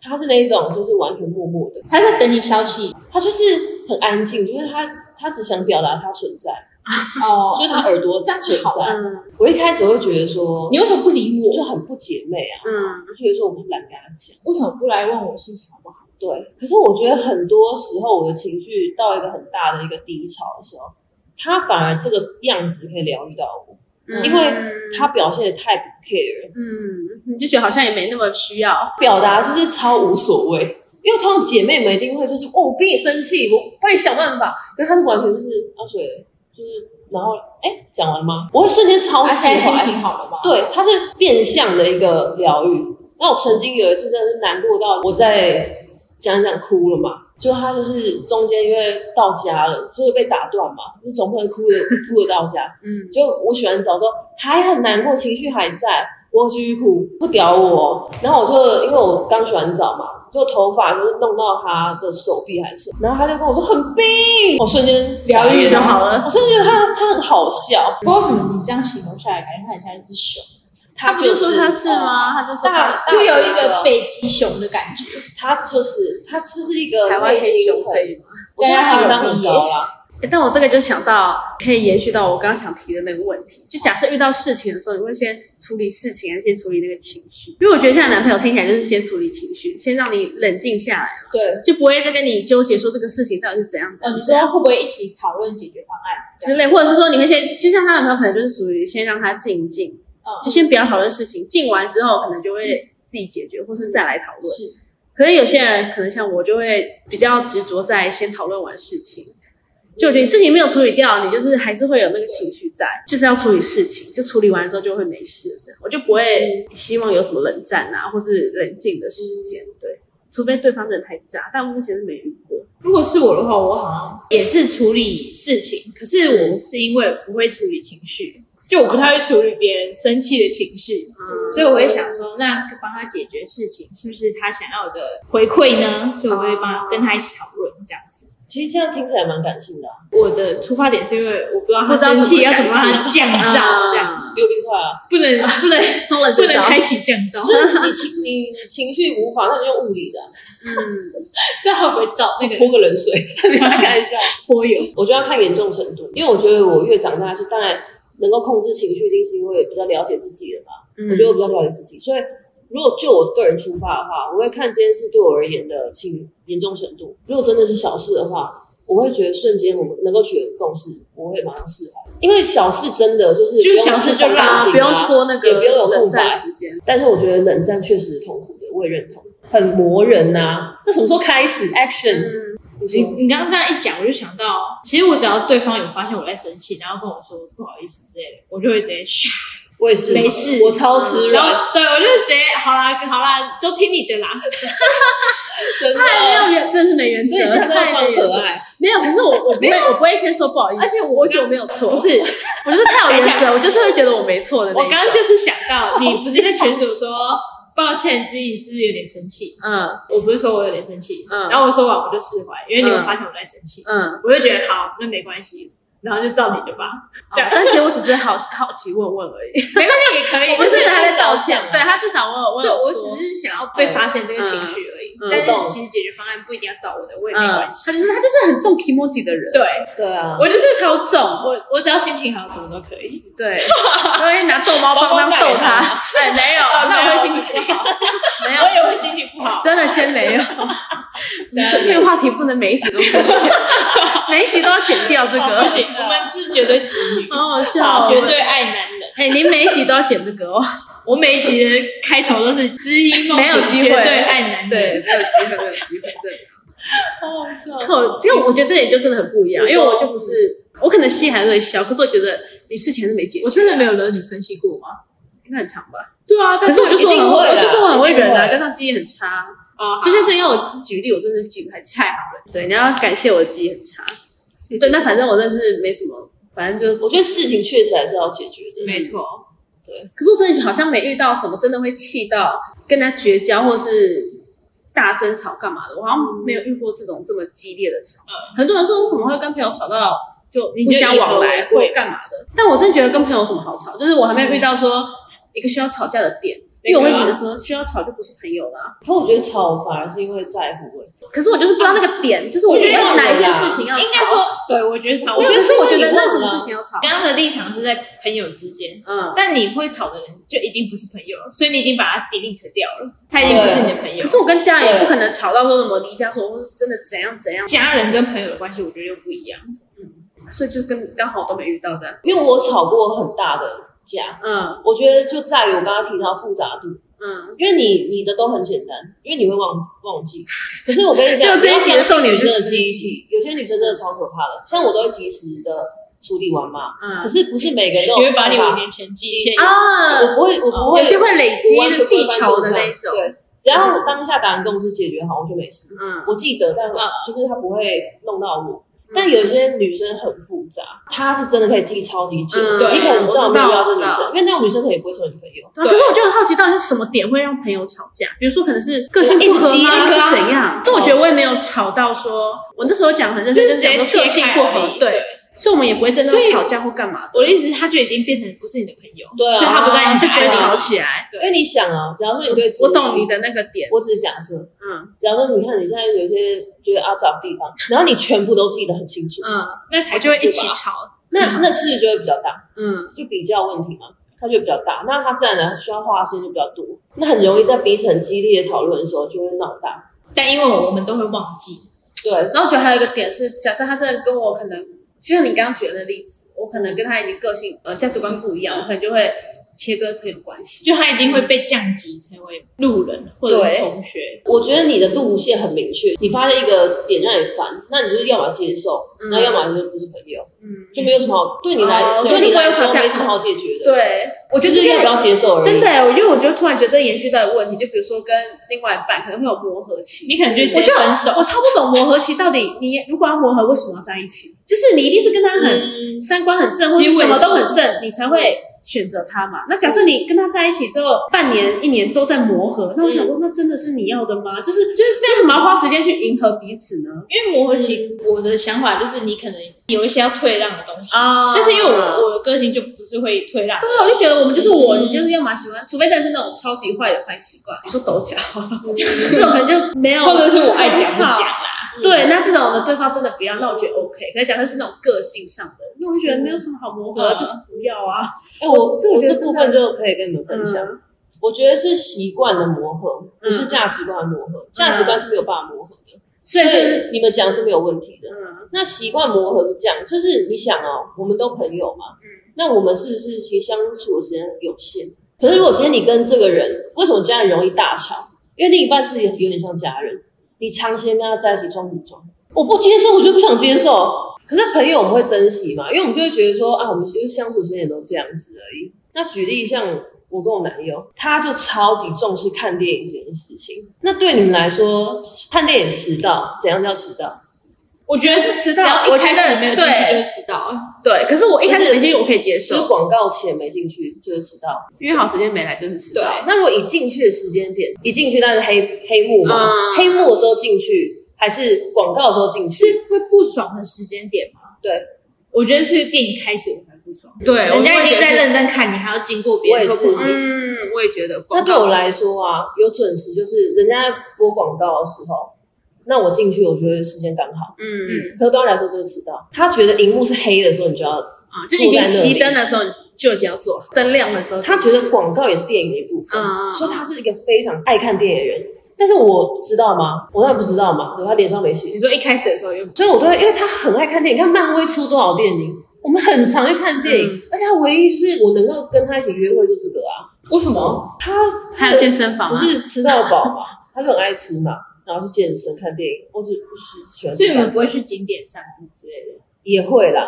Speaker 2: 他是那一种就是完全默默的，
Speaker 4: 他在等你消气
Speaker 2: 他就是很安静，就是他他只想表达他存在，
Speaker 4: 哦
Speaker 2: 就是他耳朵
Speaker 4: 这样
Speaker 2: 存
Speaker 4: 子好
Speaker 2: 在。
Speaker 3: 嗯
Speaker 2: 我一开始会觉得说，
Speaker 4: 你为什么不理我？
Speaker 2: 就很不姐妹啊，
Speaker 3: 嗯，
Speaker 2: 我就觉得说我们懒得跟他讲。
Speaker 4: 为什么不来问我心情好不好？
Speaker 2: 对，可是我觉得很多时候我的情绪到一个很大的一个低潮的时候，他反而这个样子可以疗愈到我，
Speaker 3: 嗯
Speaker 2: 因为他表现的太不 care 了。
Speaker 3: 嗯，你就觉得好像也没那么需要。
Speaker 2: 表达就是超无所谓。因为通常姐妹们一定会就是哦，我逼你生气，我帮你想办法。可是她是完全就是阿水，就是然后哎，讲完了吗？我会瞬间超
Speaker 4: 他
Speaker 2: 释
Speaker 4: 啊现在心
Speaker 2: 怀。
Speaker 4: 情哦好了吗？
Speaker 2: 对，它是变相的一个疗愈。那我曾经有一次真的是难过到我在讲讲哭了嘛，就他就是中间因为到家了，就是被打断嘛，你总不能哭的哭的到家。
Speaker 3: 嗯，
Speaker 2: 就我洗完澡之后还很难过，情绪还在，我继续哭，不屌我哦。然后我就因为我刚洗完澡嘛，就头发就是弄到他的手臂还是什么，然后他就跟我说很冰，我瞬间
Speaker 3: 疗愈就
Speaker 2: 傻眼
Speaker 3: 好了
Speaker 2: 我瞬间觉得他他很好笑，
Speaker 4: 不知道为什么你这样形容下来，感觉他很像一只熊，
Speaker 2: 他
Speaker 3: 不
Speaker 2: 就嗯
Speaker 3: 就是说他是吗？他就说
Speaker 2: 大
Speaker 3: 他
Speaker 2: 大
Speaker 4: 就有一
Speaker 2: 蛇
Speaker 4: 个
Speaker 2: 蛇
Speaker 4: 北极熊的感觉。
Speaker 2: 他就是他就是一个
Speaker 3: 台湾
Speaker 2: 内
Speaker 3: 黑
Speaker 2: 心
Speaker 3: 熊可
Speaker 2: 很，
Speaker 3: 以吗？
Speaker 2: 我觉得他情商
Speaker 4: 对他有
Speaker 2: 很高啦，
Speaker 3: 欸但我这个就想到，可以延续到我刚刚想提的那个问题，就假设遇到事情的时候，你会先处理事情，还是先处理那个情绪？因为我觉得现在男朋友听起来就是先处理情绪，先让你冷静下来嘛，
Speaker 2: 对。
Speaker 3: 就不会再跟你纠结说这个事情到底是怎样怎
Speaker 4: 哦，
Speaker 3: 样
Speaker 4: 你说会不会一起讨论解决方案？
Speaker 3: 之类，或者是说你会先，就像他男朋友可能就是属于先让他静一静，
Speaker 4: 嗯
Speaker 3: 就先不要讨论事情，静完之后可能就会自己解决，或是再来讨论。
Speaker 4: 是，
Speaker 3: 可是有些人可能像我，就会比较执着在先讨论完事情。就我觉得你事情没有处理掉，你就是还是会有那个情绪在，就是要处理事情，就处理完之后就会没事了这样，我就不会希望有什么冷战啊，或是冷静的时间，对，除非对方真的太渣，但我目前是没遇过。
Speaker 4: 如果是我的话，我好像也是处理事情，可是我是因为不会处理情绪，就我不太会处理别人生气的情绪，
Speaker 3: 嗯，
Speaker 4: 所以我会想说，那帮他解决事情是不是他想要的回馈呢？所以我会帮他跟他一起讨论这样子。
Speaker 2: 其实这样听起来蛮感性的、啊，
Speaker 4: 我的出发点是因为我不知道
Speaker 3: 不
Speaker 4: 他
Speaker 3: 知道
Speaker 4: 生
Speaker 3: 怎么
Speaker 4: 气要
Speaker 3: 改
Speaker 4: 怎么让他降
Speaker 3: 啊
Speaker 4: 噪，这样
Speaker 2: 六六块啊，
Speaker 4: 不能不能
Speaker 3: 冲
Speaker 4: 嗯
Speaker 3: 冷
Speaker 4: 不
Speaker 3: 水
Speaker 4: 能
Speaker 3: 澡，
Speaker 4: 开启降噪，
Speaker 2: 就是你情你情绪无法，那你用物 理的啊、
Speaker 3: 嗯，
Speaker 4: 这样会不会造那个
Speaker 2: 泼个 冷水，开玩笑。
Speaker 4: 泼油？
Speaker 2: 我觉得要看严重程度，因为我觉得我越长大，就当然能够控制情绪，一定是因为比较了解自己了嘛。
Speaker 3: 嗯
Speaker 2: 我觉得我比较了解自己，所以如果就我个人出发的话，我会看这件事对我而言的轻严重程度。如果真的是小事的话，我会觉得瞬间我们能够取得共识，我会马上释怀，因为小事真的就是
Speaker 4: 就是
Speaker 2: 不用
Speaker 4: 小事
Speaker 2: 去
Speaker 4: 就
Speaker 2: 伤
Speaker 4: 让
Speaker 2: 感
Speaker 3: 啊，
Speaker 2: 情
Speaker 3: 不用
Speaker 2: 啊
Speaker 3: 拖那个
Speaker 2: 也不用有
Speaker 3: 冷
Speaker 2: 空白
Speaker 3: 战。时间，
Speaker 2: 但是我觉得冷战确实是痛苦的，我也认同，很磨人呐、那什么时候开始 action？、
Speaker 3: 嗯，
Speaker 2: 你说
Speaker 4: 你你刚刚这样一讲，我就想到，其实我只要对方有发现我在生气，然后跟我说不好意思之类的，我就会直接唰，
Speaker 2: 我也是，
Speaker 4: 没事
Speaker 2: 我超吃
Speaker 4: 然
Speaker 2: 软，
Speaker 4: 后对我就直接好啦好啦，都听你的啦。
Speaker 2: 真的。
Speaker 3: 太没有原，真的是没原则，
Speaker 2: 所以现在都要
Speaker 3: 太没
Speaker 2: 装
Speaker 3: 原则
Speaker 2: 可爱，
Speaker 3: 没有，可是我我不会，我不会先说不好意思，
Speaker 4: 而且我
Speaker 3: 我
Speaker 4: 刚
Speaker 3: 觉得我没有错，
Speaker 4: 不是，
Speaker 3: 我就是太有原则，我就是会觉得我没错的那
Speaker 4: 我
Speaker 3: 一种。
Speaker 4: 刚刚就是想到，你不是在群主说抱歉，自己是不是有点生气？
Speaker 3: 嗯
Speaker 4: 我不是说我有点生气，
Speaker 3: 嗯
Speaker 4: 然后我说完我就释怀，因为你有发现我在生气，
Speaker 3: 嗯，
Speaker 4: 我就觉得好，那没关系，然后就照你的吧，
Speaker 3: 哦
Speaker 4: 这样
Speaker 3: 但其实我只是好好奇问问而已，
Speaker 4: 没关系也可以。
Speaker 3: 我不
Speaker 4: 就是是
Speaker 3: 他在道歉，
Speaker 2: 想啊
Speaker 3: 对他至少我有我
Speaker 4: 对，
Speaker 3: 有
Speaker 4: 我
Speaker 3: 说，
Speaker 4: 只是想要被发现这个情绪而已
Speaker 3: 嗯，
Speaker 4: 但是
Speaker 2: 我懂
Speaker 4: 其实解决方案不一定要找我的，我也没
Speaker 3: 嗯，
Speaker 4: 关
Speaker 3: 他
Speaker 4: 系。
Speaker 3: 就是他就是很重 emoji 的人，
Speaker 4: 对
Speaker 2: 对啊，
Speaker 4: 我就是
Speaker 3: 超重，
Speaker 4: 我，我只要心情好，什么都可以。
Speaker 3: 对，我会拿逗猫棒
Speaker 2: 猫猫
Speaker 3: 当逗
Speaker 2: 架也
Speaker 3: 他，哎，没有，
Speaker 4: 哦
Speaker 3: 那我
Speaker 4: 没
Speaker 3: 会
Speaker 4: 有
Speaker 3: 心情不好， 没有，
Speaker 4: 我也会心情不好。
Speaker 3: 真的先没有。这这个话题不能每一集都出现，每一集都要剪掉这
Speaker 4: 哦
Speaker 3: 个
Speaker 4: 不，行，我们是绝对子女，
Speaker 3: 好好笑
Speaker 4: 好
Speaker 3: 哦，
Speaker 4: 绝对爱男人。
Speaker 3: 哎、您每一集都要剪这个哦，
Speaker 4: 我每一集的开头都是知音梦，
Speaker 3: 没有机
Speaker 4: 绝
Speaker 3: 会
Speaker 4: 对爱难
Speaker 5: 对，
Speaker 4: 眠。
Speaker 5: 没有机会，没有机会，真的。
Speaker 4: 好好笑。
Speaker 3: 可因为我觉得这点就真的很不一样，因为我就不是，我可能戏还是会笑，可是我觉得你事情还是没解决，
Speaker 6: 我真的没有惹你生气过吗？
Speaker 3: 应该很长吧。
Speaker 4: 对啊，
Speaker 3: 可
Speaker 4: 但
Speaker 3: 是我就说我
Speaker 2: 一定
Speaker 3: 很
Speaker 2: 会
Speaker 3: 会，
Speaker 2: 啦
Speaker 3: 我就说我很会忍啊，
Speaker 2: 一定
Speaker 3: 加上记忆很差，
Speaker 4: 啊，
Speaker 3: 所以现在要我举例，我真的是记不太起来。对，你要感谢我记忆很差。对，那反正我认识没什么，反正就
Speaker 2: 我觉得事情确实还是要解决的。
Speaker 4: 没错，
Speaker 3: 可是我真的好像没遇到什么真的会气到跟他绝交，或是大争吵干嘛的。我好像没有遇过这种这么激烈的吵。很多人说什么会跟朋友吵到就嗯不相往来或干嘛的，但我真觉得跟朋友有什么好吵，就是我还没有遇到说一个需要吵架的点，因为我会觉得说需要吵就不是朋友啦。
Speaker 2: 可我觉得吵反而是因为在乎、欸，
Speaker 3: 可是我就是不知道那个点，就是我觉得有哪一件事情要吵。
Speaker 4: 应该说，对我觉得他，
Speaker 3: 嗯
Speaker 4: 我
Speaker 3: 我觉
Speaker 4: 觉得
Speaker 3: 得是我觉得
Speaker 2: 因为你
Speaker 3: 那
Speaker 2: 忘
Speaker 3: 什么
Speaker 2: 了
Speaker 3: 事情要吵。
Speaker 4: 刚刚的立场是在朋友之间，
Speaker 3: 嗯，
Speaker 4: 但你会吵的人就一定不是朋友了，所以你已经把他 delete 掉了，他已经不是你的朋友
Speaker 3: 嗯可。是我跟家人也不可能吵到说什么离家说，或是真的怎样怎样，
Speaker 4: 家人跟朋友的关系，我觉得又不一样。
Speaker 3: 所以就跟刚好都没遇到的。
Speaker 2: 因为我吵过很大的架，
Speaker 3: 嗯
Speaker 2: 我觉得就在于我刚刚提到复杂度，
Speaker 3: 嗯。
Speaker 2: 因为你你的都很简单，因为你会忘忘记。可是我跟你 讲，
Speaker 3: 就这一集的重
Speaker 2: 你
Speaker 3: 点
Speaker 2: 要相信女
Speaker 3: 是
Speaker 2: 生的记忆体，有些女生真的超可怕的，像我都会及时的处理完嘛，
Speaker 3: 嗯
Speaker 2: 可是不是每个人都
Speaker 4: 你
Speaker 2: 有
Speaker 4: 会把你
Speaker 2: 办
Speaker 4: 五
Speaker 2: 法
Speaker 4: 年前记
Speaker 2: 记
Speaker 4: 一些，
Speaker 3: 啊，
Speaker 2: 我不会，我不会，
Speaker 3: 有些会累
Speaker 2: 我完全
Speaker 3: 积
Speaker 2: 不
Speaker 3: 技
Speaker 2: 会翻
Speaker 3: 巧
Speaker 2: 旧
Speaker 3: 的
Speaker 2: 账
Speaker 3: 那一种，
Speaker 2: 对，只要我当下达成共识解决好，我就没事。
Speaker 3: 嗯，
Speaker 2: 我记得，但
Speaker 4: 嗯
Speaker 2: 就是他不会弄到我。但有些女生很复杂，她是真的可以记超级久，
Speaker 3: 嗯
Speaker 2: 你可能知道没有遇到
Speaker 3: 我
Speaker 2: 这
Speaker 3: 知道我知
Speaker 2: 女
Speaker 3: 道
Speaker 2: 生，因为那种女生可能也不会成为你朋友。
Speaker 3: 对啊。可是我就很好奇，到底是什么点会让朋友吵架？比如说，可能是个性不合
Speaker 2: 一直激
Speaker 3: 吗？
Speaker 2: 啊
Speaker 3: 还是怎样？这我觉得我也没有吵到说，我那时候讲很认真，
Speaker 4: 就是
Speaker 3: 就
Speaker 4: 直
Speaker 3: 讲
Speaker 4: 接
Speaker 3: 说个
Speaker 4: 切
Speaker 3: 性
Speaker 4: 开
Speaker 3: 不
Speaker 4: 而
Speaker 3: 合，
Speaker 4: 已
Speaker 3: 对，所以我们也不会真的
Speaker 4: 所以
Speaker 3: 吵架或干嘛的，
Speaker 4: 我的意思是，他就已经变成不是你的朋友，
Speaker 2: 对啊
Speaker 4: 所以他不在你
Speaker 3: 就
Speaker 4: 家
Speaker 3: 不会
Speaker 4: 里。
Speaker 3: 吵起来。
Speaker 2: 因为你想啊，假如说你对自己
Speaker 3: 我懂你，的那个点，
Speaker 2: 我只是假设，
Speaker 3: 嗯
Speaker 2: 假如说你看你现在有些觉得阿杂的地方，然后你全部都记得很清楚，
Speaker 3: 嗯
Speaker 4: 那才
Speaker 3: 我就会一起
Speaker 4: 吵。
Speaker 2: 那那事就会比较大，
Speaker 3: 嗯，
Speaker 2: 就比较问题嘛，它就比较大，那它自然而然需要花的时间就比较多，那很容易在彼此很激烈的讨论的时候就会闹大。
Speaker 4: 但因为我们都会忘记，
Speaker 2: 对，
Speaker 3: 然后我觉得还有一个点是，假设他真的跟我可能，就像你刚刚举的那例子，我可能跟他已经个性呃价值观不一样，我可能就会切割朋友关系。
Speaker 4: 就他一定会被降级成为路人或者是
Speaker 2: 对
Speaker 4: 同学。
Speaker 2: 我觉得你的路线很明确，你发现一个点让你烦，那你就是要么接受，那、要么就是不是朋友，
Speaker 3: 嗯，
Speaker 2: 就没有什么好对你来，
Speaker 3: 哦
Speaker 2: 对
Speaker 3: 就是
Speaker 2: 你来
Speaker 3: 不要
Speaker 2: 说
Speaker 3: 吵架
Speaker 2: 没什么好解决的。，
Speaker 3: 对，我觉
Speaker 2: 就
Speaker 3: 得
Speaker 2: 是
Speaker 3: 这
Speaker 2: 要不
Speaker 3: 个
Speaker 2: 要接受而已。
Speaker 3: 真的、欸，我因为我就突然觉得这延续到的问题，就比如说跟另外一半可能会有磨合期，
Speaker 4: 你可能就直
Speaker 3: 我
Speaker 4: 接
Speaker 3: 就
Speaker 4: 分手，
Speaker 3: 我超不懂磨合期到底你如果要磨合，为什么要在一起？就是你一定是跟他很、
Speaker 4: 嗯
Speaker 3: 三观很正，或者
Speaker 4: 其实我
Speaker 3: 什
Speaker 4: 也
Speaker 3: 么
Speaker 4: 是
Speaker 3: 都很正，你才会选择他嘛。那假设你跟他在一起之后半年一年都在磨合，那我
Speaker 4: 嗯
Speaker 3: 想说，那真的是你要的吗？就是就是这样，为什么要花时间去迎合彼此呢？
Speaker 4: 因为磨合期，我的想法就是你可能有一些要退让的东西，
Speaker 3: 啊
Speaker 4: 但是因为我我的个性就不是会退让，
Speaker 3: 对啊，我就觉得我们就是我，
Speaker 4: 嗯
Speaker 3: 你就是要么喜欢，除非真的是那种超级坏的坏习惯，比如说抖脚，这种可能就没有，
Speaker 4: 或者是我爱讲不讲啦。
Speaker 2: 嗯
Speaker 3: 对，那这种的对方真的不要，那我觉得 OK。可是假设是那种个性上的，那我就觉得没有什么好磨合，
Speaker 4: 嗯
Speaker 3: 就是不要啊。
Speaker 2: 哎、我
Speaker 3: 我这我
Speaker 2: 我
Speaker 3: 觉得嗯
Speaker 2: 这部分就可以跟你们
Speaker 4: 嗯
Speaker 2: 分享。我觉得是习惯的磨合，不是价值观的磨合。价
Speaker 3: 嗯
Speaker 2: 值观是没有办法磨合的，
Speaker 3: 所以
Speaker 2: 所
Speaker 3: 是，
Speaker 2: 以你们讲是没有问题的。
Speaker 3: 嗯
Speaker 2: 那习惯磨合是这样，就是你想哦，我们都朋友嘛，那我们是不是其实相处的时间有限？可是如果今天你跟这个人，为什么家人容易大吵？因为另一半是有点像家人，你长时间跟他在一起装什么装？我不接受，我就不想接受。可是朋友我们会珍惜嘛，因为我们就会觉得说啊，我们其实相处时间也都这样子而已。那举例像我跟我男友，他就超级重视看电影这件事情。那对你们来说，看电影迟到怎样叫迟到？
Speaker 4: 我觉得
Speaker 3: 就
Speaker 4: 只
Speaker 3: 迟到
Speaker 4: 要
Speaker 3: 啊我
Speaker 4: 一
Speaker 3: 觉
Speaker 4: 开
Speaker 3: 得
Speaker 4: 始没有进去
Speaker 3: 对
Speaker 4: 就迟到了，
Speaker 3: 对。可是我一开始没进去，我可以接
Speaker 2: 就是
Speaker 3: 受，
Speaker 2: 广告前没进去就是迟到。
Speaker 3: 约好时间没来就是迟到。
Speaker 2: 那如果一进去的时间点，一进去但是黑黑幕嘛，
Speaker 3: 嗯
Speaker 2: 黑幕的时候进去还是广告的时候进去？
Speaker 4: 是会不爽的时间点吗？
Speaker 2: 对，
Speaker 4: 我觉得是电影开始我才不爽，
Speaker 3: 对，我
Speaker 4: 人家已
Speaker 3: 就
Speaker 4: 经
Speaker 3: 会
Speaker 4: 在
Speaker 3: 觉得是
Speaker 4: 认真看你，还要经过别
Speaker 2: 我也
Speaker 4: 人说不
Speaker 2: 是
Speaker 4: 好。，
Speaker 3: 嗯，我也觉得广
Speaker 2: 那
Speaker 3: 告。
Speaker 2: 对我来说啊，有准时就是人家在播广告的时候，那我进去我觉得时间刚好。
Speaker 3: 嗯
Speaker 2: 可是对他来说就是迟到，他觉得荧幕是黑的时候你就要，
Speaker 3: 啊，就是已经
Speaker 2: 坐在那里
Speaker 3: 熄灯的时候，你就已经要做好；灯亮的时候，
Speaker 2: 他觉得广告也是电影的一部分，
Speaker 3: 嗯嗯嗯
Speaker 2: 所以他是一个非常爱看电影的人。但是我知道吗？我当然不知道嘛，对他脸上没写。
Speaker 4: 你说一开始的时候有
Speaker 2: 所以我都会，因为他很爱看电影，看漫威出多少电影，
Speaker 7: 我们很常去看电
Speaker 4: 嗯
Speaker 7: 影，
Speaker 2: 而且他唯一就是我能够跟他一起约会就这个啊，
Speaker 3: 为
Speaker 4: 嗯
Speaker 3: 什么？
Speaker 2: 他
Speaker 3: 还
Speaker 2: 的
Speaker 3: 有健身房
Speaker 2: 不
Speaker 3: 啊？
Speaker 2: 是吃到饱嘛， 他就很爱吃嘛，然后去健身、看电影，或是是喜欢
Speaker 4: 所
Speaker 2: 吃
Speaker 4: 以你
Speaker 2: 饭
Speaker 4: 们不会去景点散步之类的。
Speaker 2: 也会啦，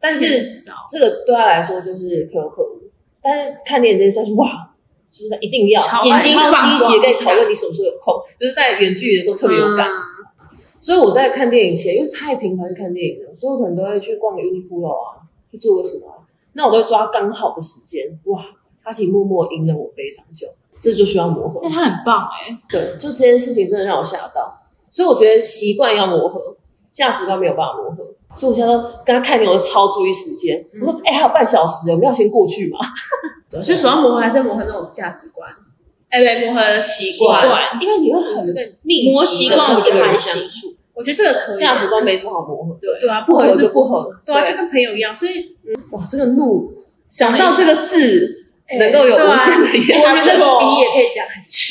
Speaker 2: 但
Speaker 3: 是
Speaker 2: 是这个对他来说就是可有可无。但是看电影这件事情，哇，就是他一定要
Speaker 3: 超爱
Speaker 2: 眼睛
Speaker 3: 超
Speaker 2: 超
Speaker 3: 放
Speaker 2: 积
Speaker 3: 光
Speaker 2: 极地跟你讨论你什么时候有空，就是在远距离的时候特别有感。
Speaker 3: 嗯
Speaker 2: 所以我在看电影前，因为太频繁去看电影了，所以我可能都会去逛 Uniqlo 啊，去做个什么、啊，那我都会抓刚好的时间。哇，他其实默默隐忍我非常久，这就需要磨合
Speaker 4: 那。他很
Speaker 3: 啊
Speaker 4: 棒哎、
Speaker 2: 对，就这件事情真的让我吓到，所以我觉得习惯要磨合，价值观没有办法磨合。所以我现在都跟他看电影，我都超注意时间。我说，哎、还有半小时，我们要先过 去嘛？
Speaker 3: 嗯所以主要磨合还是在磨合那种价值观，哎，对，磨合习惯。
Speaker 4: 惯
Speaker 2: 因为你会很
Speaker 3: 这个
Speaker 2: 密
Speaker 4: 磨
Speaker 2: 集
Speaker 4: 习
Speaker 2: 地
Speaker 4: 惯
Speaker 2: 跟
Speaker 4: 我觉
Speaker 2: 这
Speaker 4: 得
Speaker 2: 个
Speaker 4: 还
Speaker 2: 人相
Speaker 4: 行
Speaker 2: 处，
Speaker 3: 我觉得这个可以，
Speaker 2: 价值观没什么好磨合。
Speaker 3: 对
Speaker 4: 对啊，
Speaker 2: 不合就不合。
Speaker 3: 对啊，
Speaker 2: 对
Speaker 3: 就跟朋友一样。所以
Speaker 2: 哇，这个怒想
Speaker 4: 哎
Speaker 2: 到这个字，能够有
Speaker 3: 对啊
Speaker 2: 无限的延
Speaker 3: 我
Speaker 2: 伸
Speaker 3: 觉得 B 也可以讲，
Speaker 4: 是不是还
Speaker 3: 倒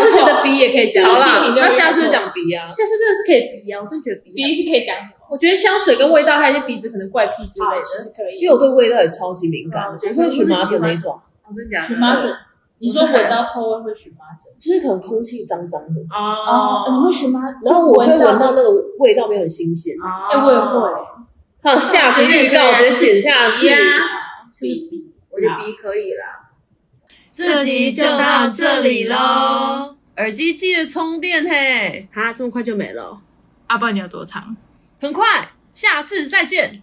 Speaker 4: 不
Speaker 3: 是觉
Speaker 4: 错？
Speaker 3: 得 B 也可以讲。啦
Speaker 2: 好啦，那下次
Speaker 3: 啊就
Speaker 2: 就，讲鼻啊，
Speaker 3: 下次真的是可以 B 啊，我真的觉得 B
Speaker 4: 鼻是可以讲什么？
Speaker 3: 我觉得香水跟味道，还有一些鼻子可能怪癖之类
Speaker 4: 好，
Speaker 3: 的
Speaker 4: 其。实可以。
Speaker 2: 因为我对味道也超级敏
Speaker 3: 嗯
Speaker 2: 感，
Speaker 3: 哇我
Speaker 2: 我
Speaker 3: 觉得
Speaker 2: 会荨麻疹那种，
Speaker 3: 我哦真的假的？
Speaker 4: 荨麻疹，你说闻到臭味会荨麻疹？哎
Speaker 2: 就是可能空气脏脏的，
Speaker 3: 哦，
Speaker 4: 你会荨麻？
Speaker 2: 然后我就会闻到那个味道没有很新 鲜。
Speaker 3: 哎
Speaker 4: 哎，我也会。
Speaker 2: 哼，下集预告直接剪下 去。
Speaker 3: B B，我觉得 B 可以啦。
Speaker 7: 这集就到这里
Speaker 2: 啊
Speaker 7: 喽。耳机记得充电嘿，
Speaker 3: 啊，这么快就没了。
Speaker 4: 阿爸，你有多长？
Speaker 7: 很快，下次再见。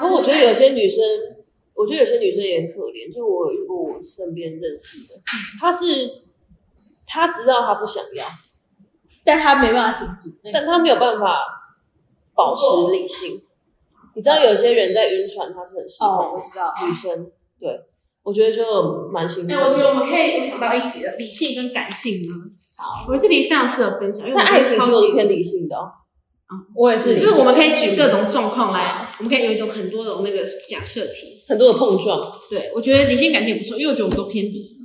Speaker 2: 不过我觉得有些女生，我觉得有些女生也很可怜。就我有遇过我身边认识的，她是她知道她不想要，
Speaker 4: 但他没办法停止那个。
Speaker 2: 但她没有办法保持理性。你知道有些人在晕船，她是很失控
Speaker 4: 我知道。
Speaker 2: 的女生，对我觉得就蛮辛苦
Speaker 3: 哎，
Speaker 2: 的。
Speaker 3: 我觉得我们可以，我想到一集了，理性跟感性呢。好，我觉得这里非常适合分享，因为
Speaker 2: 在爱情
Speaker 3: 中
Speaker 2: 中是偏理性的、哦，
Speaker 4: 我也是理
Speaker 3: 就
Speaker 4: 性，
Speaker 3: 是我们可以举各种状况来，我们可以有一种很多种那个假设题。
Speaker 2: 很多的碰撞。
Speaker 3: 对，我觉得理性感情也不错，因为我觉得我们都偏理。